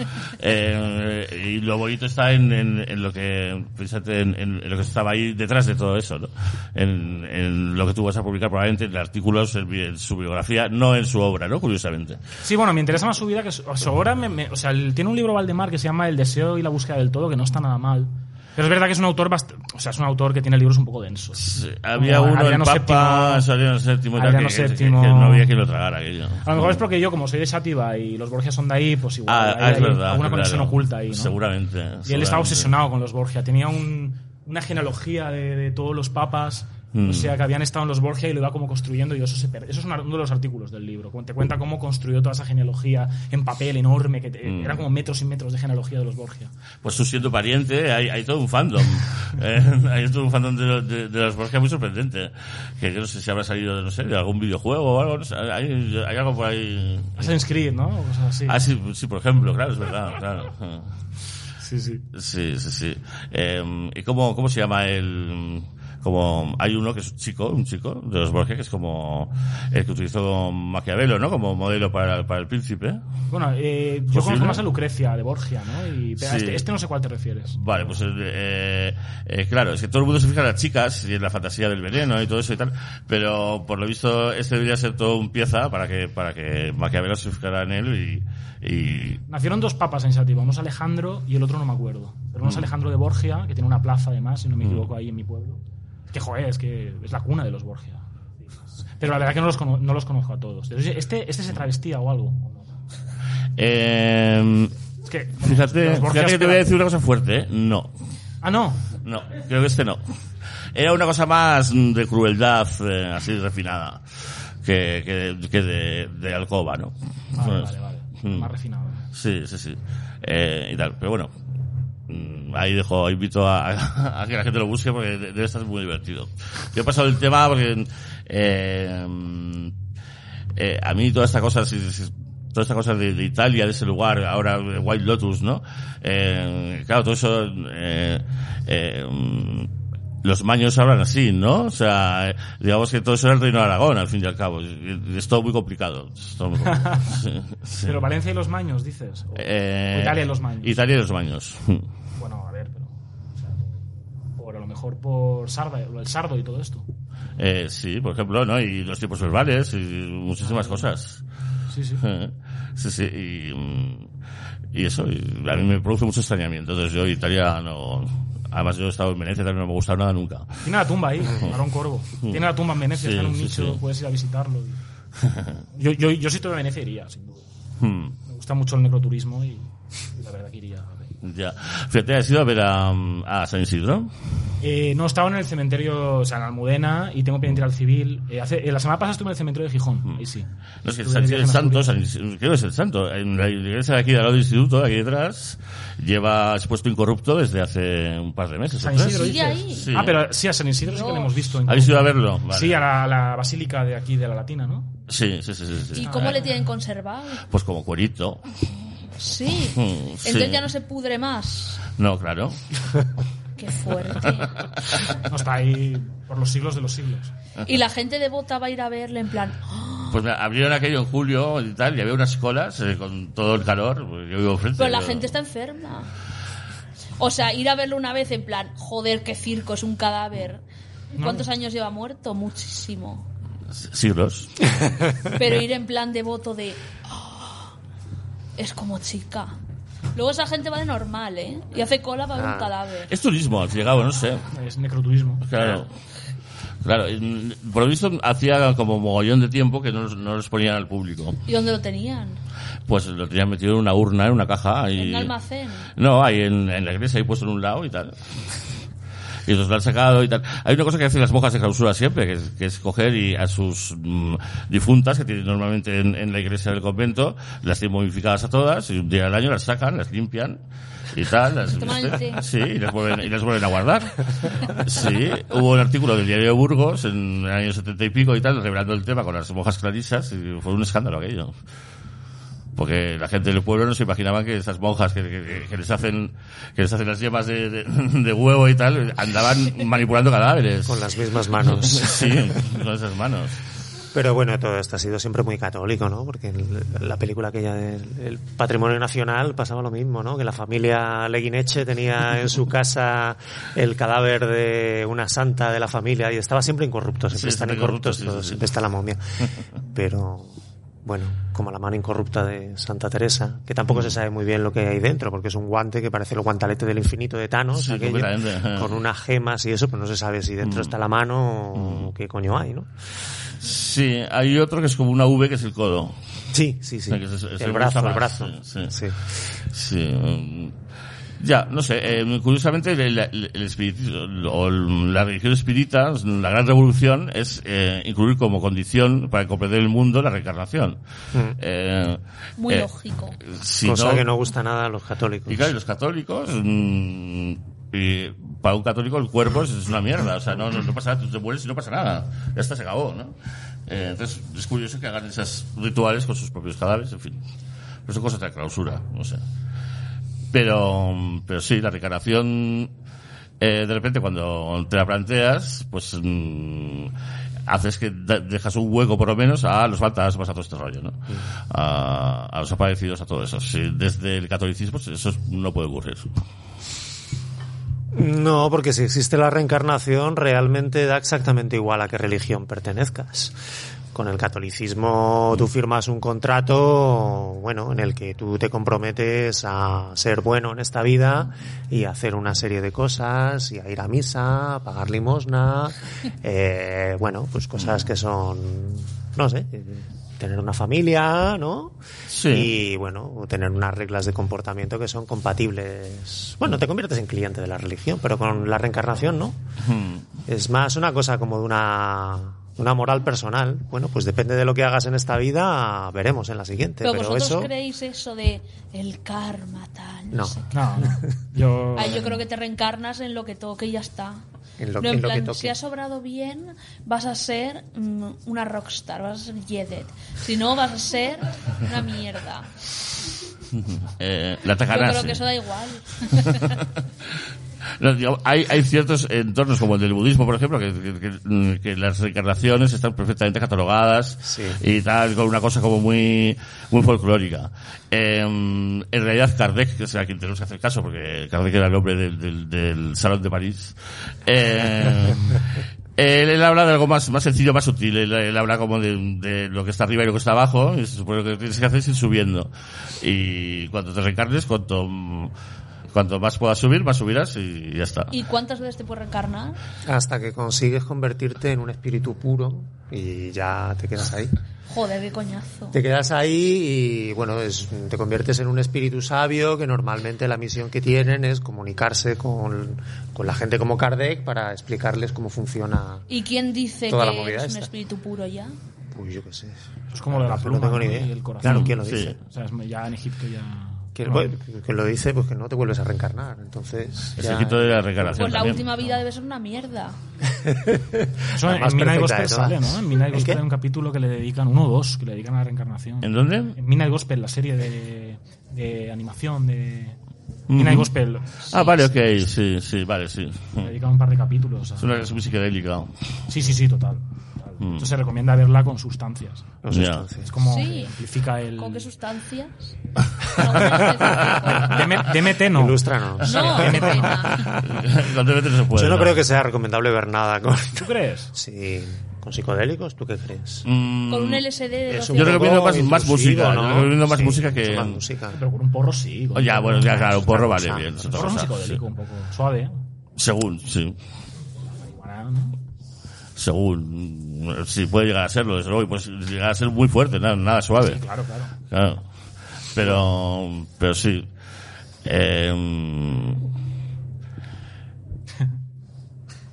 Eh, y lo bonito está en, en- en lo que, fíjate, en, en lo que estaba ahí detrás de todo eso, ¿no? En, en lo que tú vas a publicar probablemente en artículos, en, bi- en su biografía, no en su obra, ¿no? Curiosamente.
Sí, bueno, me interesa más su vida que su, o sea, ahora me- me- o sea, él tiene un libro Valdemar que se llama El deseo y la búsqueda del todo, que no está nada mal. Pero es verdad que es un autor bast- o sea, es un autor que tiene libros un poco densos.
Sí, Había
Como
uno
Adriano
en Papa,
VII,
Adriano VII, y tal,
Adriano
que, que- que- que
VII.
no había quien lo tragara aquello.
A lo mejor es porque yo, como soy de Sativa y los Borgia son de ahí, pues igual
Ah,
hay,
ah, es
hay
verdad.
alguna
claro.
conexión oculta ahí, ¿no?
Seguramente.
Y él estaba
seguramente.
obsesionado con los Borgia. Tenía un- una genealogía de, de todos los papas,
Mm.
o sea, que habían estado en los Borgia y lo iba como construyendo y eso se per- Eso es un ar- uno de los artículos del libro. como Te cuenta cómo construyó toda esa genealogía en papel enorme, que te-
Mm.
eran como metros y metros de genealogía de los Borgia.
Pues tú siendo pariente, hay, hay todo un fandom. Eh, hay todo un fandom de, lo- de- de los Borgia muy sorprendente. Que que no sé si habrá salido de, no sé, de algún videojuego o algo. no sé, hay, hay algo por ahí.
Assassin's Creed, ¿no? O cosas así.
Ah, sí, sí, por ejemplo, claro, es verdad, claro.
Sí, sí.
Sí, sí, sí. Eh, ¿Y cómo, cómo se llama el...? Como hay uno que es un chico, un chico de los Borgia, que es como el que utilizó Maquiavelo, ¿no? Como modelo para, para el príncipe.
Bueno, eh, yo
¿Posible?
conozco más a Lucrecia de Borgia, ¿no? Y, pero a
Sí.
este, este no sé cuál te refieres.
Vale, pues eh, eh, claro, es que todo el mundo se fija en las chicas y en la fantasía del veneno y todo eso y tal, pero por lo visto este debería ser todo un pieza para que para que Maquiavelo se fijara en él y, y
Nacieron dos papas en Sativa, uno es Alejandro y el otro no me acuerdo. Pero
Mm.
uno es Alejandro de Borgia, que tiene una plaza además, si no me equivoco, ahí en mi pueblo. Que joder, es que es la cuna de los Borgia. Pero la verdad que no los, cono- no los conozco a todos. Este, este se travestía o algo.
eh,
Es que,
fíjate,
los Borgia
fíjate que te voy a
esperan-
decir una cosa fuerte, ¿eh? no,
Ah, no.
no, creo que este no. Era una cosa más mm, de crueldad eh, así refinada que, que, que de, de alcoba, ¿no?
Vale,
Pues,
Ah, vale, vale.
Mm.
Más refinado.
Sí, sí, sí. Eh, y tal. Pero bueno, mm, ahí dejo, invito a, *laughs* a que la gente lo busque porque de- debe estar muy divertido. Yo he pasado el tema porque eh, mm, eh, a mí toda esta cosa, si- si- toda esta cosa de, de Italia, de ese lugar, ahora eh, White Lotus, ¿no? Eh, claro, todo eso... Eh, eh, mm, los maños hablan así, ¿no? O sea, eh, digamos que todo eso era el reino de Aragón, al fin y al cabo. Y- y Es todo muy complicado. Es todo muy complicado. Sí, sí.
Pero Valencia y los Maños, dices. O-
Eh,
o Italia y los Maños.
Italia y los baños.
Bueno, a ver, pero. o sea, por a lo mejor por Sarda, el sardo y todo esto.
*laughs* Eh, sí, por ejemplo, ¿no? Y los tiempos verbales y muchísimas cosas. *laughs*
Sí, sí.
Eh, Sí, sí, y, mm, y eso, y a mí me produce mucho extrañamiento. Entonces yo Italia no... Además yo he estado en Venecia, también no me ha gustado nada nunca. *laughs*
Tiene la tumba ahí, Barón Corvo. Tiene la tumba en Venecia,
Sí,
está en un
sí,
nicho,
sí.
puedes ir a visitarlo.
*laughs*
y- Yo, yo, yo si todo de Venecia iría, sin duda.
Hmm.
Me gusta mucho el necroturismo y, y la verdad que iría. a ver.
Ya. Fíjate, has ido a ver a, mm, a San Isidro.
Eh, no, estaba en el cementerio, o sea, en Almudena y tengo pendiente ir al civil. Eh, hace- eh, la semana pasada estuve en el cementerio de Gijón, ahí sí.
Mm. No, es que el,
Estuve
San-
de viaje
el
en
santo,
Asturias.
San Isidro, creo que es el santo. En la iglesia de aquí, de al lado del instituto, de aquí detrás, lleva expuesto incorrupto desde hace un par de meses.
San
o tres.
Isidro,
Sigue ahí.
Sí.
Ah, pero sí, a San Isidro sí que
No.
lo hemos visto. en-
¿Habéis ido a verlo? Vale.
Sí, a la, la basílica de aquí, de la Latina, ¿no?
Sí, sí, sí, sí, sí.
¿Y cómo
Ah,
le tienen conservado?
Pues como cuerito.
Sí.
Mm, sí.
Entonces ya no se pudre más.
No,
*laughs*
claro.
Qué fuerte.
No está ahí por los siglos de los siglos.
Y la gente devota va a ir a verle en plan. "Ah".
Pues me abrieron aquello en julio y tal, y había unas colas eh, con todo el calor. pues, Yo vivo frente.
Pero la
yo-
gente está enferma. O sea, ir a verlo una vez en plan, joder, qué circo, es un cadáver. ¿Cuántos años lleva muerto? Muchísimo.
Siglos.
*laughs*
Pero ir en plan devoto de. "Ah, es "Oh, como chica. Luego esa gente va de normal, ¿eh? Y hace cola para ver
Ah.
un cadáver.
Es turismo, al llegado, no sé.
Es necroturismo.
Claro. Claro, en- por lo visto hacía como mogollón de tiempo que no, los- no los ponían al público.
¿Y dónde lo tenían?
Pues lo tenían metido en una urna, en una caja. Y...
En un almacén.
No, ahí en, en la iglesia, ahí puesto en un lado y tal. Y los han sacado y tal. Hay una cosa que hacen las monjas de clausura siempre, que es, que es coger y a sus mm, difuntas, que tienen normalmente en, en la iglesia del convento, las tienen momificadas a todas, y un día al año las sacan, las limpian y tal. Las,
Toman el té.
*laughs* sí, y las, vuelven, y las vuelven a guardar. Sí, hubo un artículo del diario de Burgos en el año setenta y pico y tal, revelando el tema con las monjas clarisas, y fue un escándalo aquello. Porque la gente del pueblo no se imaginaba que esas monjas que, que- que les hacen que les hacen las yemas de, *laughs* de- de huevo y tal andaban manipulando cadáveres
Con las mismas manos. *laughs*
sí con esas manos
Pero bueno, todo esto ha sido siempre muy católico, ¿no? Porque en la película aquella del el patrimonio nacional pasaba lo mismo, ¿no? Que la familia Leguineche tenía en su casa el cadáver de una santa de la familia y estaba siempre incorrupto, siempre
Sí,
están
siempre
incorruptos
corrupto, sí, sí,
todos,
sí.
siempre está la momia. Pero bueno, como la mano incorrupta de Santa Teresa, que tampoco se sabe muy bien lo que hay dentro, porque es un guante que parece el guantalete del infinito de Thanos,
Sí,
aquello,
completamente, ajá. Mm.
con unas gemas y eso, pero no se sabe si dentro está la mano o qué coño hay, ¿no?
sí hay otro que es como una V que es el codo
Sí, sí, sí.
O sea, que se- se usa
el brazo, el
más,
brazo.
sí, sí.
Sí.
sí mm. ya no sé eh, curiosamente el, el- el espiritismo o el- la religión espírita la gran revolución es eh, incluir como condición para comprender el mundo la reencarnación Eh,
Muy
eh,
lógico.
si
Mm. Cosa que no gusta nada a los católicos.
Y claro, y los católicos, mm, y para un católico el cuerpo es, es una mierda, o sea, no, no, no pasa nada, tú te mueres y no pasa nada, ya está, se acabó, ¿no? Eh, entonces, es curioso que hagan esos rituales con sus propios cadáveres, en fin, pero son cosas de la clausura, no sé. Pero, mm, pero sí, la reencarnación, eh, de repente cuando te la planteas, pues mm, haces que de- dejas un hueco por lo menos a los fantasmas, a todo este rollo, ¿no? A, a los aparecidos, a todo eso. Sí, desde el catolicismo pues, eso no puede ocurrir.
No, porque si existe la reencarnación, realmente da exactamente igual a qué religión pertenezcas. Con el catolicismo tú firmas un contrato, bueno, en el que tú te comprometes a ser bueno en esta vida y a hacer una serie de cosas, y a ir a misa, a pagar
*laughs*
limosna, eh, bueno, pues cosas que son, no sé, eh, tener una familia, ¿no?
Sí.
Y bueno, tener unas reglas de comportamiento que son compatibles. Bueno, te conviertes en cliente de la religión, pero con la reencarnación no.
mm,
Es más una cosa como de una, una moral personal. Bueno, pues depende de lo que hagas en esta vida, veremos en la siguiente.
Pero,
Pero,
vosotros
eso.
creéis eso de el karma tal. No.
No.
sé.
No, yo...
Ay, Ah, yo creo que te reencarnas en lo que toque y ya está.
En lo-
No,
en lo que
plan,
toque.
si has obrado bien, vas a ser mm, una rockstar, vas a ser Yedet. Si no, vas a ser una mierda.
Eh, la
Yo
tacarás.
creo que eso da igual.
No, digo, hay, hay ciertos entornos como el del budismo, por ejemplo, que, que- que- que las reencarnaciones están perfectamente catalogadas
Sí.
y tal, con una cosa como muy, muy folclórica. Eh, en realidad, Kardec, que es a quien tenemos que hacer caso, porque Kardec era el hombre del, del- del Salón de París, eh, Él, él habla de algo más, más sencillo, más sutil. Él, él habla como de, de lo que está arriba y lo que está abajo. Y se supone que lo que tienes que hacer es ir subiendo. Y cuando te reencarnes, cuanto, mm, cuanto más puedas subir, más subirás y ya está.
¿Y cuántas veces te puedes reencarnar?
Hasta que consigues convertirte en un espíritu puro y ya te quedas ahí.
Joder, qué coñazo.
Te quedas ahí y, bueno, es- te conviertes en un espíritu sabio que normalmente la misión que tienen es comunicarse con, con la gente como Kardec para explicarles cómo funciona.
¿Y quién dice
Toda la
que
movida
es
esta.
un espíritu puro ya?
Pues yo qué sé.
Es como lo de la
No
pluma
tengo ni
¿no?
idea.
y el corazón.
Claro, ¿quién lo
Sí.
dice?
O sea, es- ya en Egipto ya...
Que,
Bueno,
bueno, que lo dice, pues que no te vuelves a reencarnar. Entonces.
El
ya-
secreto de la reencarnación.
Pues la
también.
última vida debe ser una mierda.
Eso
La
en,
más
en Midnight
perfecta de
Gospel
todas.
sale, ¿no? En Midnight
¿El
Gospel
qué?
hay un capítulo que le dedican, uno o dos, que le dedican a la reencarnación.
¿En dónde?
En Midnight Gospel, la serie de, de animación de... Midnight
Ujú.
Gospel.
Ah, vale, ok, sí, sí, vale, sí.
Le dedican un par de capítulos. a-
Es una es muy *laughs* psicodélica.
Sí, sí, sí, total. total. Entonces se recomienda verla con sustancias.
No sé,
Ya.
Es *laughs*
entonces.
como
Sí.
que amplifica el...
¿Con qué sustancias? Algunas
DM- DMT no.
Ilústranos. *laughs*
No, qué pena.
Con DMT no se puede.
Yo no
¿no?
creo que sea recomendable ver nada con.
¿Tú crees?
Sí, con ¿Con psicodélicos? ¿Tú qué crees?
Mm,
Con un LSD de
Es
12
un
Yo recomiendo
poco
más- más
intrusivo,
música, yo recomiendo más música que-
mucho Más música.
Pero con un porro sí. con-
Ya, bueno, ya claro, un porro vale bien.
Un porro es un psicodélico un poco suave. ¿eh?
Según, sí.
Marihuana, ¿no?
Según. Sí, puede llegar a serlo, desde luego. Y puede llegar a ser muy fuerte, nada, nada suave.
Claro, claro.
Claro. Pero, pero sí. Eh,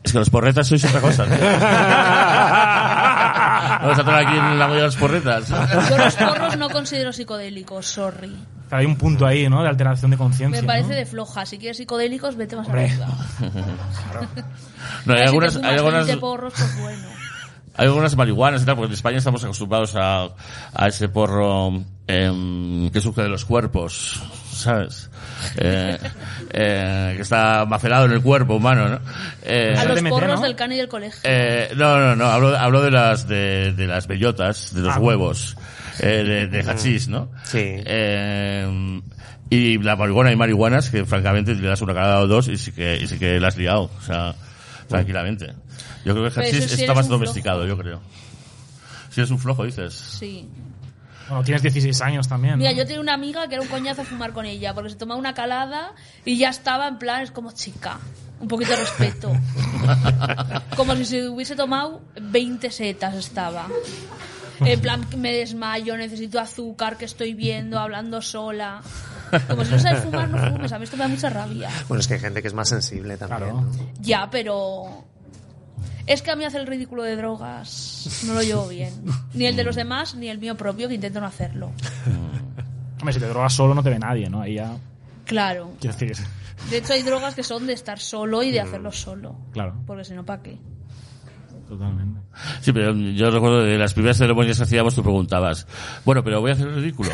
es que los porretas sois otra cosa. *laughs* tío. Vamos a traer aquí en la mayoría de los
*laughs*
porretas.
Yo los porros no considero psicodélicos, sorry.
Claro, hay un punto ahí, ¿no? De alteración de conciencia.
Me parece
¿no?
de floja. Si quieres psicodélicos, vete más
Hombre.
arriba.
No, hay
Si te
algunas,
fumas
hay algunas,
20 porros, pues bueno.
hay algunas marihuanas y tal, porque en España estamos acostumbrados a, a ese porro em, que surge de los cuerpos, ¿sabes? Eh, eh, que está macerado en el cuerpo humano, ¿no? Eh,
A los
DMT,
porros
¿no?
del cani del colegio.
Eh, no, no, no, hablo, hablo de las de, de las bellotas, de los
Ah.
huevos, eh, de, de hachís, ¿no?
Sí.
Eh, y la marihuana y marihuanas que francamente le das una calada o dos y sí que, y sí que la has liado, o sea, tranquilamente. Yo creo que el
Pero
hachís
eso sí
está
eres
más
un flojo.
domesticado, yo creo. Si es un flojo, dices.
Sí.
Bueno, tienes 16 años también.
Mira,
¿no?
yo tenía una amiga que era un coñazo fumar con ella, porque se tomaba una calada y ya estaba en plan, es como chica. Un poquito de respeto. como si se hubiese tomado 20 setas estaba. En plan, me desmayo, necesito azúcar, que estoy viendo, hablando sola. Como si no sabes fumar, no fumes. A mí esto me da mucha rabia.
Bueno, es que hay gente que es más sensible también.
Claro.
¿no?
Ya, pero... Es que a mí hacer el ridículo de drogas no lo llevo bien. Ni el de los demás, ni el mío propio, que intento no hacerlo.
Hombre, si te drogas solo no te ve nadie, ¿no? Ahí ya.
Claro.
Quiero decir. *laughs*
De hecho, hay drogas que son de estar solo y de hacerlo solo.
Claro.
Porque si no, ¿para qué?
Totalmente.
Sí, pero yo recuerdo de las primeras ceremonias que hacíamos, tú preguntabas, bueno, pero voy a hacer el
*laughs*
ridículo.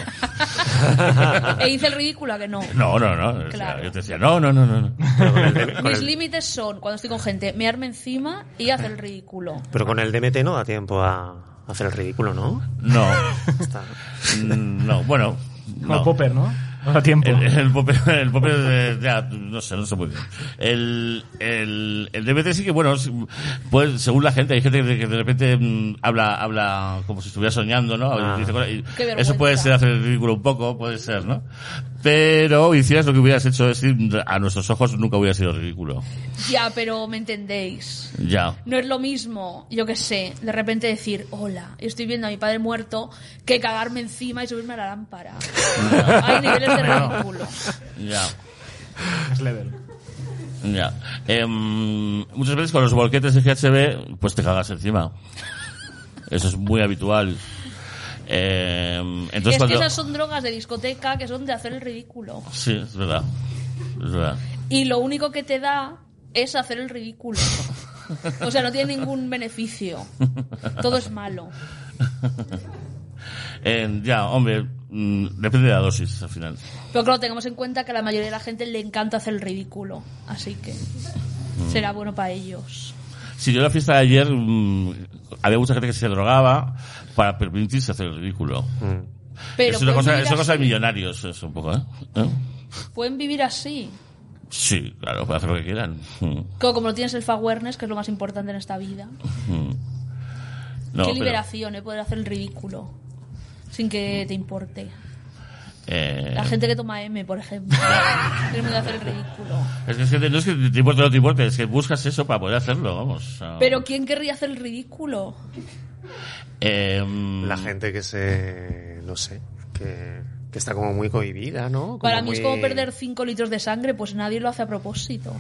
e hice el ridículo a que no.
No, no, no. O sea,
Claro.
yo te decía, no, no, no, no. no.
Pero, con el DM con
Mis
el-
límites son, cuando estoy con gente, mearme encima y hacer el ridículo.
pero con el DMT no da tiempo a hacer el ridículo, ¿no?
*laughs*
No.
Está-
Mm, No, bueno.
Como el
no.
popper, ¿no? No da tiempo.
El, el popper, *laughs* el popper, eh, ya, no sé, no sé muy bien. El, el, el DMT sí que, bueno, sí, pues, según la gente, hay gente que de repente mm, habla, habla como si estuviera soñando, ¿no?
Ah.
Dice cosas y
Qué vergüenza.
eso puede ser hacer el ridículo un poco, puede ser, ¿no? Pero hicieras lo que hubieras hecho, es decir, a nuestros ojos nunca hubiera sido ridículo.
Ya, pero me entendéis.
Ya.
No es lo mismo, yo qué sé, de repente decir, hola, y estoy viendo a mi padre muerto, que cagarme encima y subirme a la lámpara. Hay niveles de ridículo.
Ya.
*laughs* Es level.
Ya. Em, muchas veces con los volquetes de GHB, pues te cagas encima. Eso es muy habitual. Em, entonces
es
cuando...
que esas son drogas de discoteca que son de hacer el ridículo.
Sí, es verdad. Es verdad.
Y lo único que te da es hacer el ridículo. O sea, no tiene ningún beneficio. Todo es malo.
Em, ya, hombre, mm, depende de la dosis al final.
Pero claro, tengamos en cuenta que a la mayoría de la gente le encanta hacer el ridículo. Así que será
Mm.
bueno para ellos.
Si yo en la fiesta de ayer mm, había mucha gente que se drogaba para permitirse hacer el ridículo.
Mm.
Pero pues
es una
pueden
cosa,
vivir
es una cosa de
así.
millonarios, eso un poco, ¿eh? ¿Eh?
Pueden vivir así.
Sí, claro, pueden hacer lo que quieran. *laughs* Mm,
Como, como tienes el awareness, que es lo más importante en esta vida.
mm. No,
Qué
pero-
liberación, ¿eh? poder hacer el ridículo. Sin que te importe.
Eh,
La gente que toma M, por ejemplo. *laughs* Tiene miedo de hacer el ridículo.
Es que, es que no es que te importe o no te importe, es que buscas eso para poder hacerlo, vamos. Ah,
Pero ¿quién querría hacer el ridículo?
em,
La gente que se. No sé. Que, que está como muy cohibida, ¿no? Como
Para mí es
muy-
como perder 5 litros de sangre, pues nadie lo hace
*laughs*
a propósito.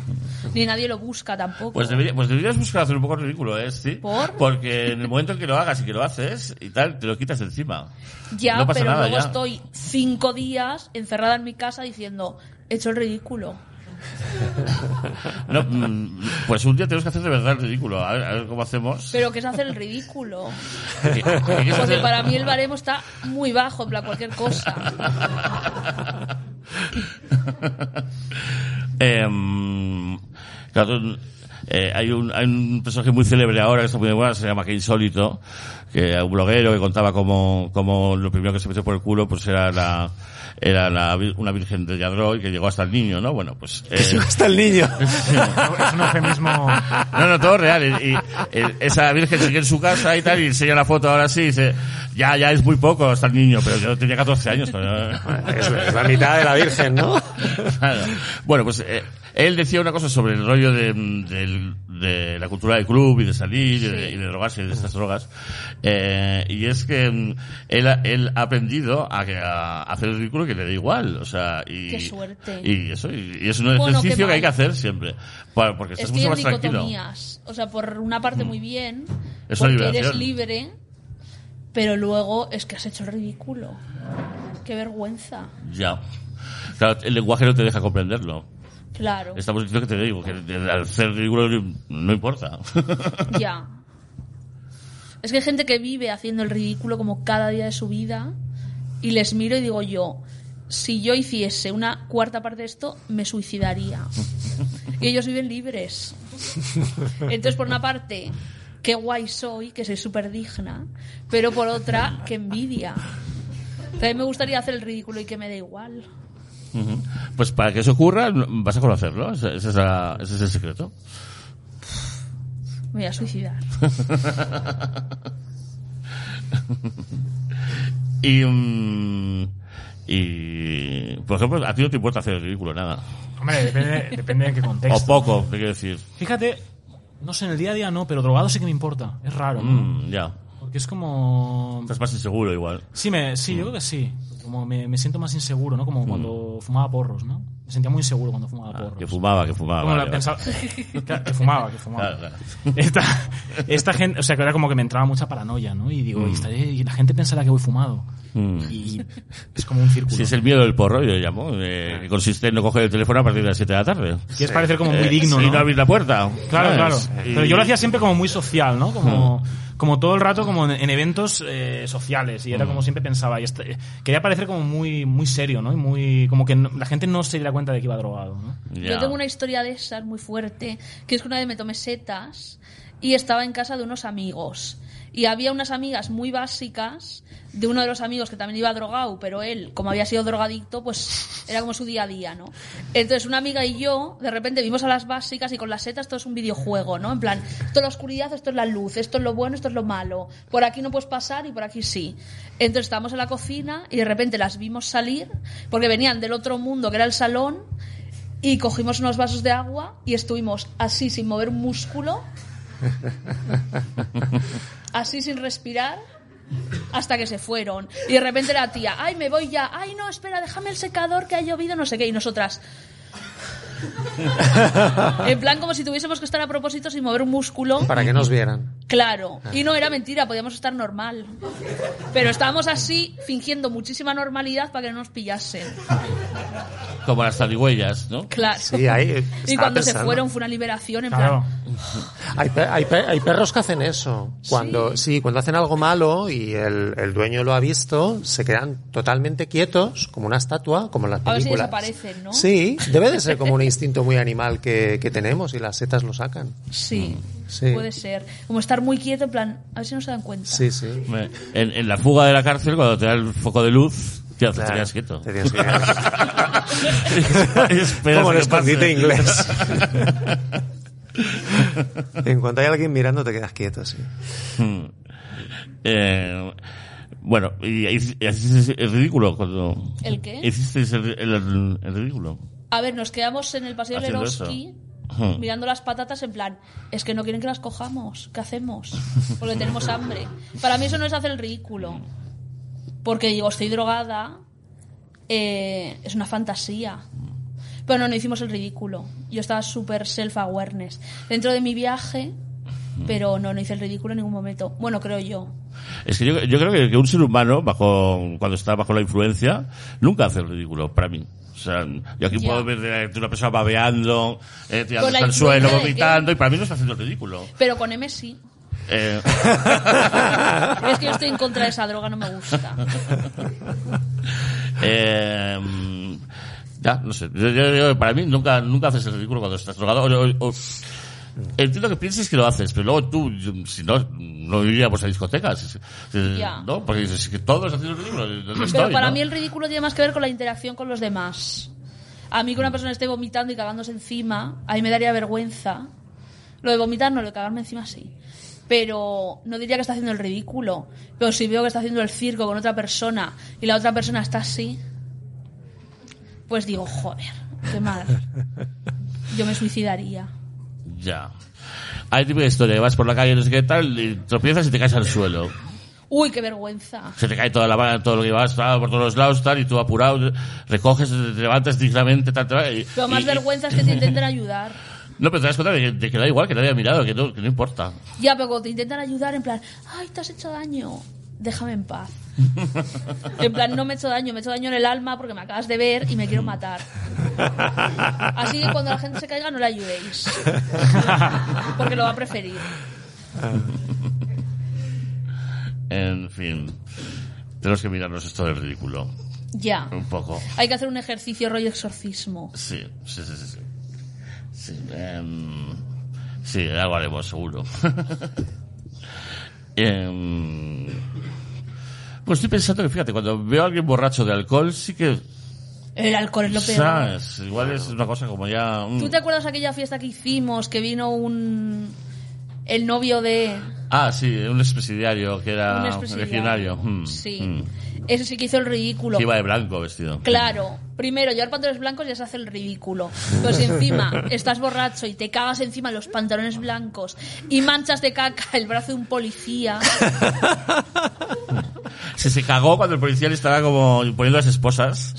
Ni nadie lo busca tampoco.
Pues, debería- pues deberías buscar hacer un poco el ridículo, ¿eh? Sí.
¿Por?
Porque en el momento en que lo hagas y que lo haces y tal, te lo quitas de encima.
ya,
no pasa
pero
nada,
luego
ya.
estoy 5 días encerrada en mi casa diciendo, he hecho el ridículo.
No, mm, pues un día tenemos que hacer de verdad el ridículo, a ver, a ver cómo
*laughs*
hacemos.
Pero ¿qué es hacer
*laughs*
el ridículo?
¿Qué- qué quieres
Porque
hacer?
para mí el baremo está muy bajo, en plan cualquier cosa.
*laughs* Em, claro, tú- Eh, hay, un, hay un personaje muy célebre ahora que está muy de moda, se llama Que Insólito, que era un bloguero que contaba como, como lo primero que se metió por el culo pues era la era la vi- una virgen de Yadro y que llegó hasta el niño, ¿no? Bueno, pues... eh,
*laughs* Hasta el niño.
Es un eufemismo.
No, no, todo real. Y, y, eh, esa virgen sigue en su casa y tal, y enseña la foto ahora sí, y dice, ya, ya es muy poco hasta el niño, pero yo tenía 14 años. pero- eh,
Es, es la mitad de la Virgen,
*laughs*
¿no?
*laughs* Claro. Bueno, pues eh, él decía una cosa sobre el rollo de, mm, del- de la cultura del club y de salir y, de, y de drogarse y de estas drogas. Eh, y es que mm, él, ha- él ha aprendido a, que- a hacer el ridículo que le da igual. O sea, y,
Qué suerte.
Y eso, y, y es un
Bueno, qué
ejercicio que hay
mal.
que hacer siempre. pa- Porque *laughs* estás
es
mucho
que hay
más tranquilo. Mm.
dicotomías. O sea, por una parte muy bien,
Es una
porque eres
liberación.
libre, pero luego es que has hecho el ridículo. Qué vergüenza.
Ya. Claro, el lenguaje no te deja comprenderlo.
Claro.
Estamos diciendo que te digo, que el- al ser ridículo no- no importa.
Ya. Es que hay gente que vive haciendo el ridículo como cada día de su vida y les miro y digo yo, si yo hiciese una cuarta parte de esto, me suicidaría. Y ellos viven libres. Entonces, por una parte, qué guay soy, que soy súper digna, pero por otra, qué envidia. También me gustaría hacer el ridículo y que me dé igual.
Ujú. Pues para que eso ocurra, vas a conocerlo. Ese, ese es, la- ese es el secreto.
Me voy a suicidar.
Y, mm, y, por ejemplo, a ti no te importa hacer el ridículo, nada.
Hombre, depende, depende de qué
O
contexto.
poco, te quiero decir.
Fíjate, no sé, en el día a día no, pero drogado sí que me importa. Es raro. ¿no?
Mm, ya.
Porque es como.
Estás más inseguro igual.
Sí, me, sí yo creo que sí. Como me, me siento más inseguro, ¿no? Como cuando fumaba porros, ¿no? Me sentía muy inseguro cuando fumaba porros.
Mm. Ah, Que fumaba, que fumaba.
Como la
vale,
pensaba- *laughs* Claro, que fumaba, que fumaba.
vale. Claro, claro.
Esta, esta gente, o sea, que era como que me entraba mucha paranoia, ¿no? Y digo, y, estaré- y la gente pensará que voy fumado.
Mm.
Y es como un círculo.
Si es el miedo del porro, yo le llamo, eh, que consiste en no coger el teléfono a partir de las 7 de la tarde.
Quieres parecer como muy
Eh,
digno,
y
¿no?
no abrir la puerta.
Claro, claro.
¿sabes? Y- Hmm.
Pero yo lo hacía siempre como muy social, ¿no? Como, como todo el rato, como en, en eventos eh, sociales. Y era como siempre pensaba. Y este- quería parecer como muy, muy serio, ¿no? Y muy, como que no- la gente no se diera cuenta de que iba drogado, ¿no?
Ya.
Yo tengo una historia de esas muy fuerte, que es que una vez me tomé setas y estaba en casa de unos amigos. Y había unas amigas muy básicas de uno de los amigos que también iba drogado, pero él, como había sido drogadicto, pues era como su día a día, ¿no? Entonces una amiga y yo, de repente, vimos a las básicas y con las setas todo es un videojuego, ¿no? En plan, esto es la oscuridad, esto es la luz, esto es lo bueno, esto es lo malo. Por aquí no puedes pasar y por aquí sí. Entonces estábamos en la cocina y de repente las vimos salir porque venían del otro mundo, que era el salón, y cogimos unos vasos de agua y estuvimos así sin mover un músculo, así sin respirar, hasta que se fueron. Y de repente la tía, ay, me voy ya, ay, no, espera, déjame el secador que ha llovido, no sé qué, y nosotras. en plan como si tuviésemos que estar a propósito sin mover un músculo.
Para que nos vieran.
Claro, y no era mentira, podíamos estar normal. Pero estábamos así fingiendo muchísima normalidad para que no nos pillasen.
Como las taligüeyas, ¿no?
Claro.
Sí, ahí, eh,
y
estaba
cuando se
pensando.
fueron fue una liberación en
Claro.
*laughs*
plan
Hay, pe- hay pe- hay perros que hacen eso. Cuando, sí. cuando hacen algo malo y el, el dueño lo ha visto, se quedan totalmente quietos, como una estatua, como en las
A ver si
películas.
desaparecen, ¿no?
Sí, debe de ser
*laughs*
como un instinto muy animal que, que tenemos y las setas lo sacan.
Sí,
Sí.
puede ser. Como estar muy quieto, en plan, a ver si no se dan cuenta.
Sí, sí.
Me- Eh, En, en la fuga de la cárcel, cuando te da el foco de luz, ya te
Claro,
quedas quieto.
te tienes que
*laughs*
quedar.
Esperas
Como
a
el
que
escondite
pase.
inglés. en cuanto hay alguien mirando, te quedas quieto, sí.
*laughs* Eh, bueno, y hic- y hicisteis el ridículo cuando...
¿El qué?
Hicisteis el, el- el ridículo.
A ver, nos quedamos en el paseo de
Haciendo
Leroski
Ujú.
mirando las patatas en plan, es que no quieren que las cojamos, ¿qué hacemos? Porque tenemos hambre. Para mí eso no es hacer el ridículo. Porque digo, estoy drogada, eh, es una fantasía. Pero no, no hicimos el ridículo. Yo estaba súper self-awareness. Dentro de mi viaje, pero no, no hice el ridículo en ningún momento. Bueno, creo yo.
Es que yo, yo creo que, que un ser humano, bajo cuando está bajo la influencia, nunca hace el ridículo, para mí. O sea, yo aquí
Ya.
puedo ver de- de una persona babeando, eh,
Con la
tirándose al
influencia
suelo,
de
vomitando,
qué?
y para mí no está haciendo el ridículo.
Pero con M sí.
Eh,
Es que yo estoy en contra de esa droga, no me gusta.
Eh, mm, ya, no sé. Yo, yo- yo- para mí nunca, nunca haces el ridículo cuando estás drogado. O- o- o- Entiendo que pienses que lo haces, pero luego tú, yo, si no, no iríamos a discotecas. Si- si-
Ya.
¿No? Porque dices que todos haciendo ridículo. ¿dónde
Pero
estoy,
para
no?
mí el ridículo tiene más que ver con la interacción con los demás. A mí que una persona esté vomitando y cagándose encima, a mí me daría vergüenza. Lo de vomitar no, lo de cagarme encima sí. Pero no diría que está haciendo el ridículo. Pero si veo que está haciendo el circo con otra persona y la otra persona está así, pues digo, joder, qué mal. Yo me suicidaría.
Ya. Hay tipo de historia, que vas por la calle, no sé qué tal, y tropiezas y te caes al suelo.
Uy, qué vergüenza.
Se te cae toda la mano, todo lo que vas, tal, por todos los lados, tal, y tú apurado, recoges, te levantas dignamente, tal, tal. y-
Lo más
y-
vergüenza es que te intenten ayudar.
No, pero te das cuenta de que, de que da igual, que nadie ha mirado, que no, que no importa.
Ya, pero cuando te intentan ayudar, en plan, ay, te has hecho daño, déjame en
*laughs*
paz. en plan, no me he hecho daño, me he hecho daño en el alma porque me acabas de ver y me quiero matar. Así que cuando la gente se caiga, no
*laughs*
la ayudéis. porque lo va a preferir.
En fin. Tenemos que mirarnos esto del ridículo.
Ya.
Un poco.
Hay que hacer un ejercicio rollo exorcismo.
Sí, sí, sí, sí. Sí, sí, em, sí algo haremos, seguro. *laughs* Em, pues estoy pensando que, fíjate, cuando veo a alguien borracho de alcohol, sí que...
El alcohol es lo peor.
¿Sabes? Igual es una cosa como ya... mm.
¿Tú te acuerdas aquella fiesta que hicimos que vino un. el novio de.
Ah, sí, un expresidiario que
un
era
expresidiario?
legionario. Ah, Mm,
Sí.
mm.
Ese sí que hizo el ridículo.
Que iba de blanco vestido.
Claro, primero llevar pantalones blancos ya se hace el ridículo. Pero si encima estás borracho y te cagas encima los pantalones blancos y manchas de caca el brazo de un policía,
Se, se cagó cuando el policía le estaba como poniendo las esposas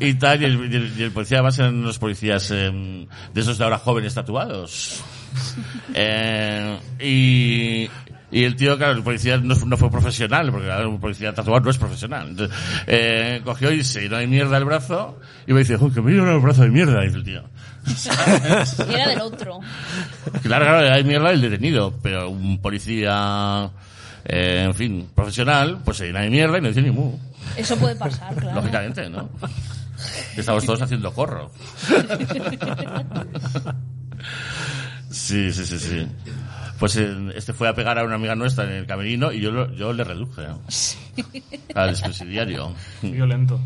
y tal, y el, y el- y el policía además eran unos policías em, de esos de ahora jóvenes tatuados. Eh, y, y el tío, claro, el policía no, fu- no fue profesional, porque claro, un policía tatuado no es profesional. Entonces, eh, cogió y se llenó de mierda el brazo y me dice, "Joder, que me llenó el brazo de mierda, dice el tío.
y era del otro.
Claro, claro, hay mierda el detenido, pero un policía, eh, en fin, profesional, pues se llena de mierda y no dice ni mu.
Eso puede pasar, claro.
Lógicamente, ¿no? Estamos todos haciendo corro. Sí, sí, sí, sí. Pues eh, este fue a pegar a una amiga nuestra en el camerino y yo, lo- yo le reduje al subsidiario.
Violento.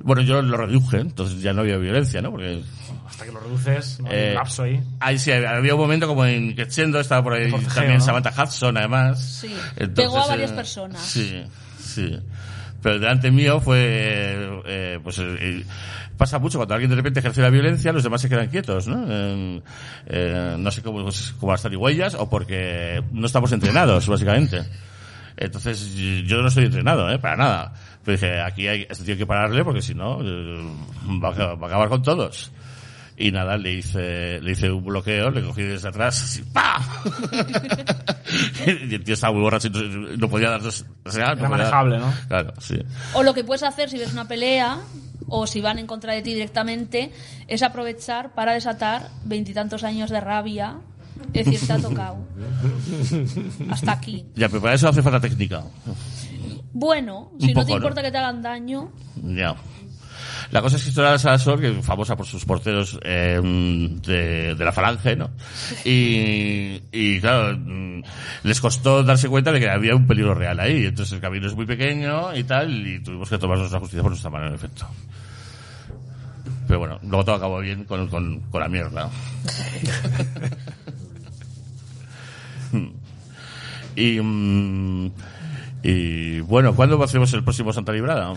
Bueno, yo lo reduje, entonces ya no había violencia, ¿no? Porque
Hasta que lo reduces, ¿no? Hay
Eh,
un lapso ahí.
ahí sí, había había un momento como en Crescendo, estaba por ahí
Forcejeo,
también
¿no?
Samantha Hudson, además. eh,
Sí, pegó a varias personas.
Sí, sí. Pero delante mío fue, eh, eh, pues, eh, eh, pasa mucho cuando alguien de repente ejerce la violencia, los demás se quedan quietos, ¿no? Eh, eh, no sé cómo, cómo estar huellas o porque no estamos entrenados, básicamente. Entonces, yo no estoy entrenado, ¿eh? Para nada. Pero dije, aquí hay, esto tiene que pararle porque si no, eh, va, a- va a acabar con todos. Y nada, le hice, le hice un bloqueo, le cogí desde atrás, así, ¡pa! *laughs* y el tío estaba muy borracho y no, no podía dar dos, o sea, no
Era
podía-
manejable, ¿no?
Claro, sí.
O lo que puedes hacer si ves una pelea o si van en contra de ti directamente es aprovechar para desatar veintitantos años de rabia. Es decir, te ha tocado. Hasta aquí.
Ya, pero para eso hace falta técnica.
Bueno,
Un
si no
poco,
te
¿no?
importa que te hagan daño,
Ya. La cosa es que esto era la Sala Sol, que es famosa por sus porteros eh, de, de la falange, ¿no? Y, y claro, mm, les costó darse cuenta de que había un peligro real ahí. Entonces el camino es muy pequeño y tal, y tuvimos que tomarnos la justicia por nuestra mano, en efecto. Pero bueno, luego todo acabó bien con, con, con la mierda. *laughs* y, mm, y bueno, ¿cuándo hacemos el próximo Santa Librada?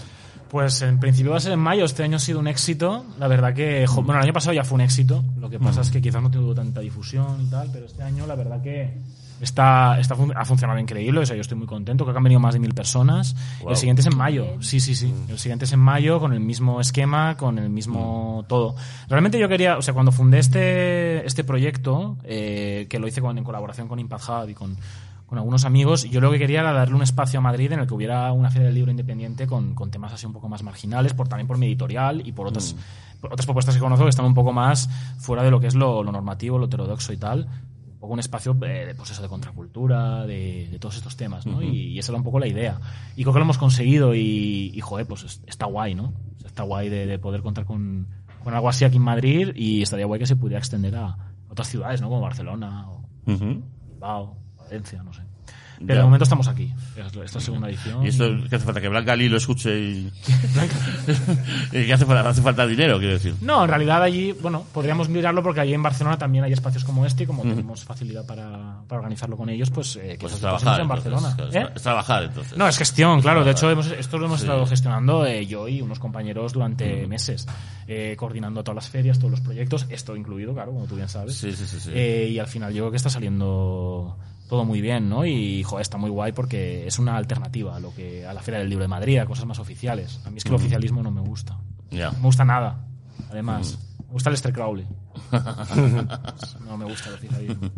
Pues en principio va a ser en mayo. Este año ha sido un éxito. La verdad que. jo- Bueno, el año pasado ya fue un éxito. Lo que
Hmm.
pasa es que quizás no tuvo tanta difusión y tal. Pero este año, la verdad que. Está, está fun- ha funcionado increíble, o sea, yo estoy muy contento, creo que han venido más de mil personas.
Wow.
El siguiente es en mayo, sí, sí, sí. El siguiente es en mayo con el mismo esquema, con el mismo todo. Realmente yo quería, o sea, cuando fundé este, este proyecto, eh, que lo hice con- en colaboración con Impact Hub y con, con algunos amigos, yo lo que quería era darle un espacio a Madrid en el que hubiera una feria del libro independiente con, con temas así un poco más marginales, por, también por mi editorial y por otras, por otras propuestas que conozco que están un poco más fuera de lo que es lo, lo normativo, lo heterodoxo y tal. Un poco un espacio eh, de, pues eso, de contracultura, de, de todos estos temas, ¿no? y, y esa era un poco la idea. Y creo que lo hemos conseguido y, y, joder, pues es- está guay, ¿no? O sea, Está guay de, de poder contar con, con algo así aquí en Madrid y estaría guay que se pudiera extender a, otras ciudades, ¿no? Como Barcelona o
Ujú.
Bilbao, Valencia, no sé. Pero
Ya.
de momento estamos aquí. Es la- Esta segunda edición.
Y esto que hace falta que Blanca Lee lo escuche y... *laughs* y que hace, falta- hace falta dinero, quiero decir.
No, en realidad allí, bueno, podríamos mirarlo porque allí en Barcelona también hay espacios como este y como tenemos facilidad para, para organizarlo con ellos, pues, eh, que
Pues es
nos
trabajar.
pasemos en
entonces,
Barcelona.
claro,
¿Eh?
Es trabajar, entonces. pues,
No, es gestión, claro. De hecho, hemos- esto lo hemos
Sí.
estado gestionando eh, yo y unos compañeros durante meses, eh, coordinando todas las ferias, todos los proyectos, esto incluido, claro, como tú bien sabes.
Sí, sí, sí. sí.
Eh, y al final yo creo que está saliendo todo muy bien, ¿no? Y, joder, está muy guay porque es una alternativa a, lo que, a la Feria del Libro de Madrid, a cosas más oficiales. A mí es que el oficialismo no me gusta.
Ya.
No me gusta nada, además. Me gusta el Lester Crowley.
*laughs*
no me gusta el oficialismo.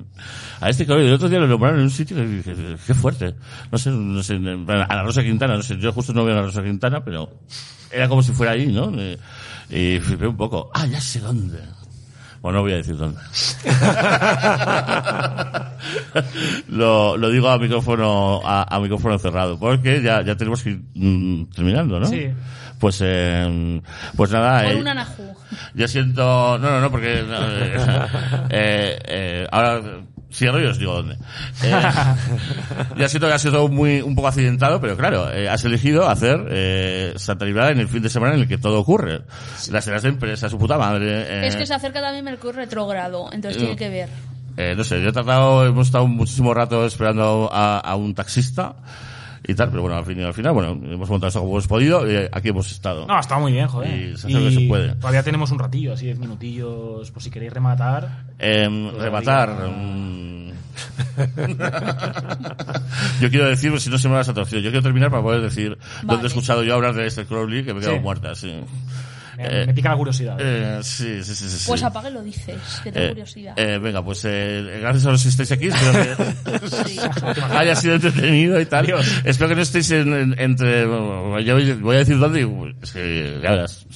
A este cabrón, el otro día lo nombraron en un sitio que dije, qué fuerte. No sé, no sé, en plan, a la Rosa Quintana, no sé, yo justo no veo a la Rosa Quintana, pero era como si fuera ahí, ¿no? Eh, Y flipé un poco. Ah, ya sé dónde. Bueno, no voy a decir dónde. lo, lo digo a micrófono, a, a micrófono cerrado, porque ya, ya tenemos que ir mm, terminando, ¿no?
Sí.
Pues, eh, pues nada.
Por
eh,
una Najú.
yo siento. No, no, no, porque. no, eh, *laughs* eh, eh, ahora cierro y os digo dónde. Eh, ya siento que ha sido muy, un poco accidentado, pero claro, eh, has elegido hacer eh, Santa Librada en el fin de semana en el que todo ocurre. Las cenas de empresa, su puta madre. eh,
Es que se acerca también Mercurio retrógrado, entonces
eh,
tiene que ver.
eh, no sé, yo he tardado, hemos estado muchísimo rato esperando a, a un taxista y tal, pero bueno, al final, al final bueno, hemos montado esto como hemos podido y aquí hemos estado.
No, está muy bien, joder.
Y se hace lo que se puede.
Todavía tenemos un ratillo, así, diez minutillos, por si queréis rematar.
Em, rematar. mm. yo quiero decir, si no se me va la atracción, yo quiero terminar para poder decir dónde he escuchado yo hablar de este Crowley que me he quedado
Sí.
muerta. Sí.
Me,
Eh,
me pica la curiosidad.
Eh, sí, sí, sí, sí, sí.
Pues apague lo dices, que tengo
Eh,
curiosidad.
eh, venga, pues eh, gracias a los que estáis aquí. Espero
Sí.
que haya sido entretenido y tal. Espero que no estéis en, en- entre. bueno, yo voy a decir dónde. y, pues, Es que ya verás.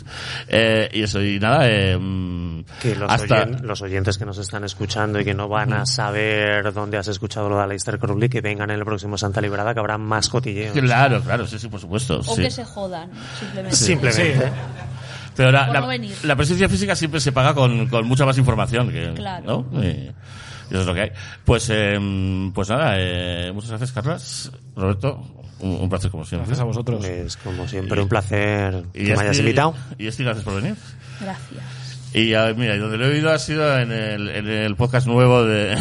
Eh, y eso, y nada. Eh, mm,
Que los,
hasta,
oyen- los oyentes que nos están escuchando y que no van a saber dónde has escuchado lo de Aleister Crowley, que vengan en el próximo Santa Librada, que habrá más cotilleos.
Claro, claro, sí, sí, por supuesto.
O
sí.
que se jodan, simplemente.
eh.
Simplemente.
Pero la,
Por
la-
no venir.
la presencia física siempre se paga con, con mucha más información. Que,
Claro.
¿no? Y eso es lo que hay. Pues, eh, pues nada, eh, muchas gracias, Carlos. Roberto, un, un placer como siempre.
Gracias a vosotros.
Es como siempre un placer
Y
que me hayas
Esti-
invitado.
Y Esti, gracias por venir.
Gracias.
Y ah, mira, y donde lo he oído ha sido en el, en el podcast nuevo de...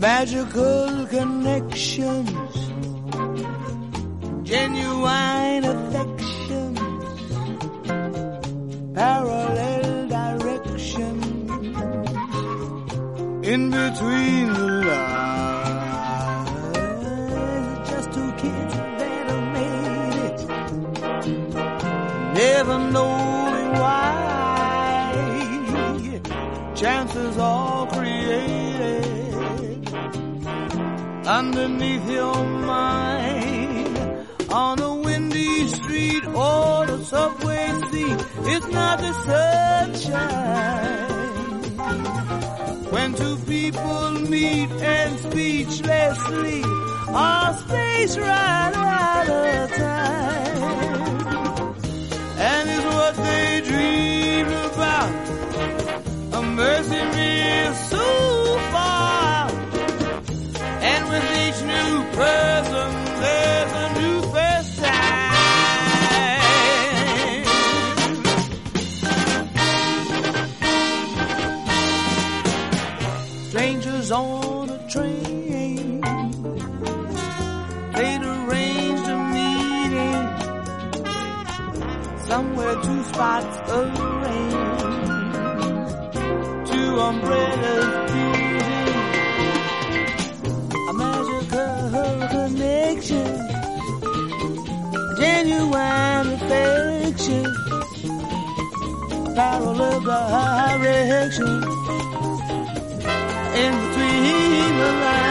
magical connections, genuine affections, parallel directions, in between the lines, just two kids that have made it, never knowing why. Chances all created underneath your mind on a windy street or the subway seat it's not the sunshine when two people meet and speechlessly are spaced right out of time and it's what they dreamed about a mercy real so far and with each new person, there's a new first time. Strangers on a train, they'd arranged a meeting somewhere two spots arranged, two umbrellas beating a magical connection, genuine affection, a parallel direction in between the Oh, lines.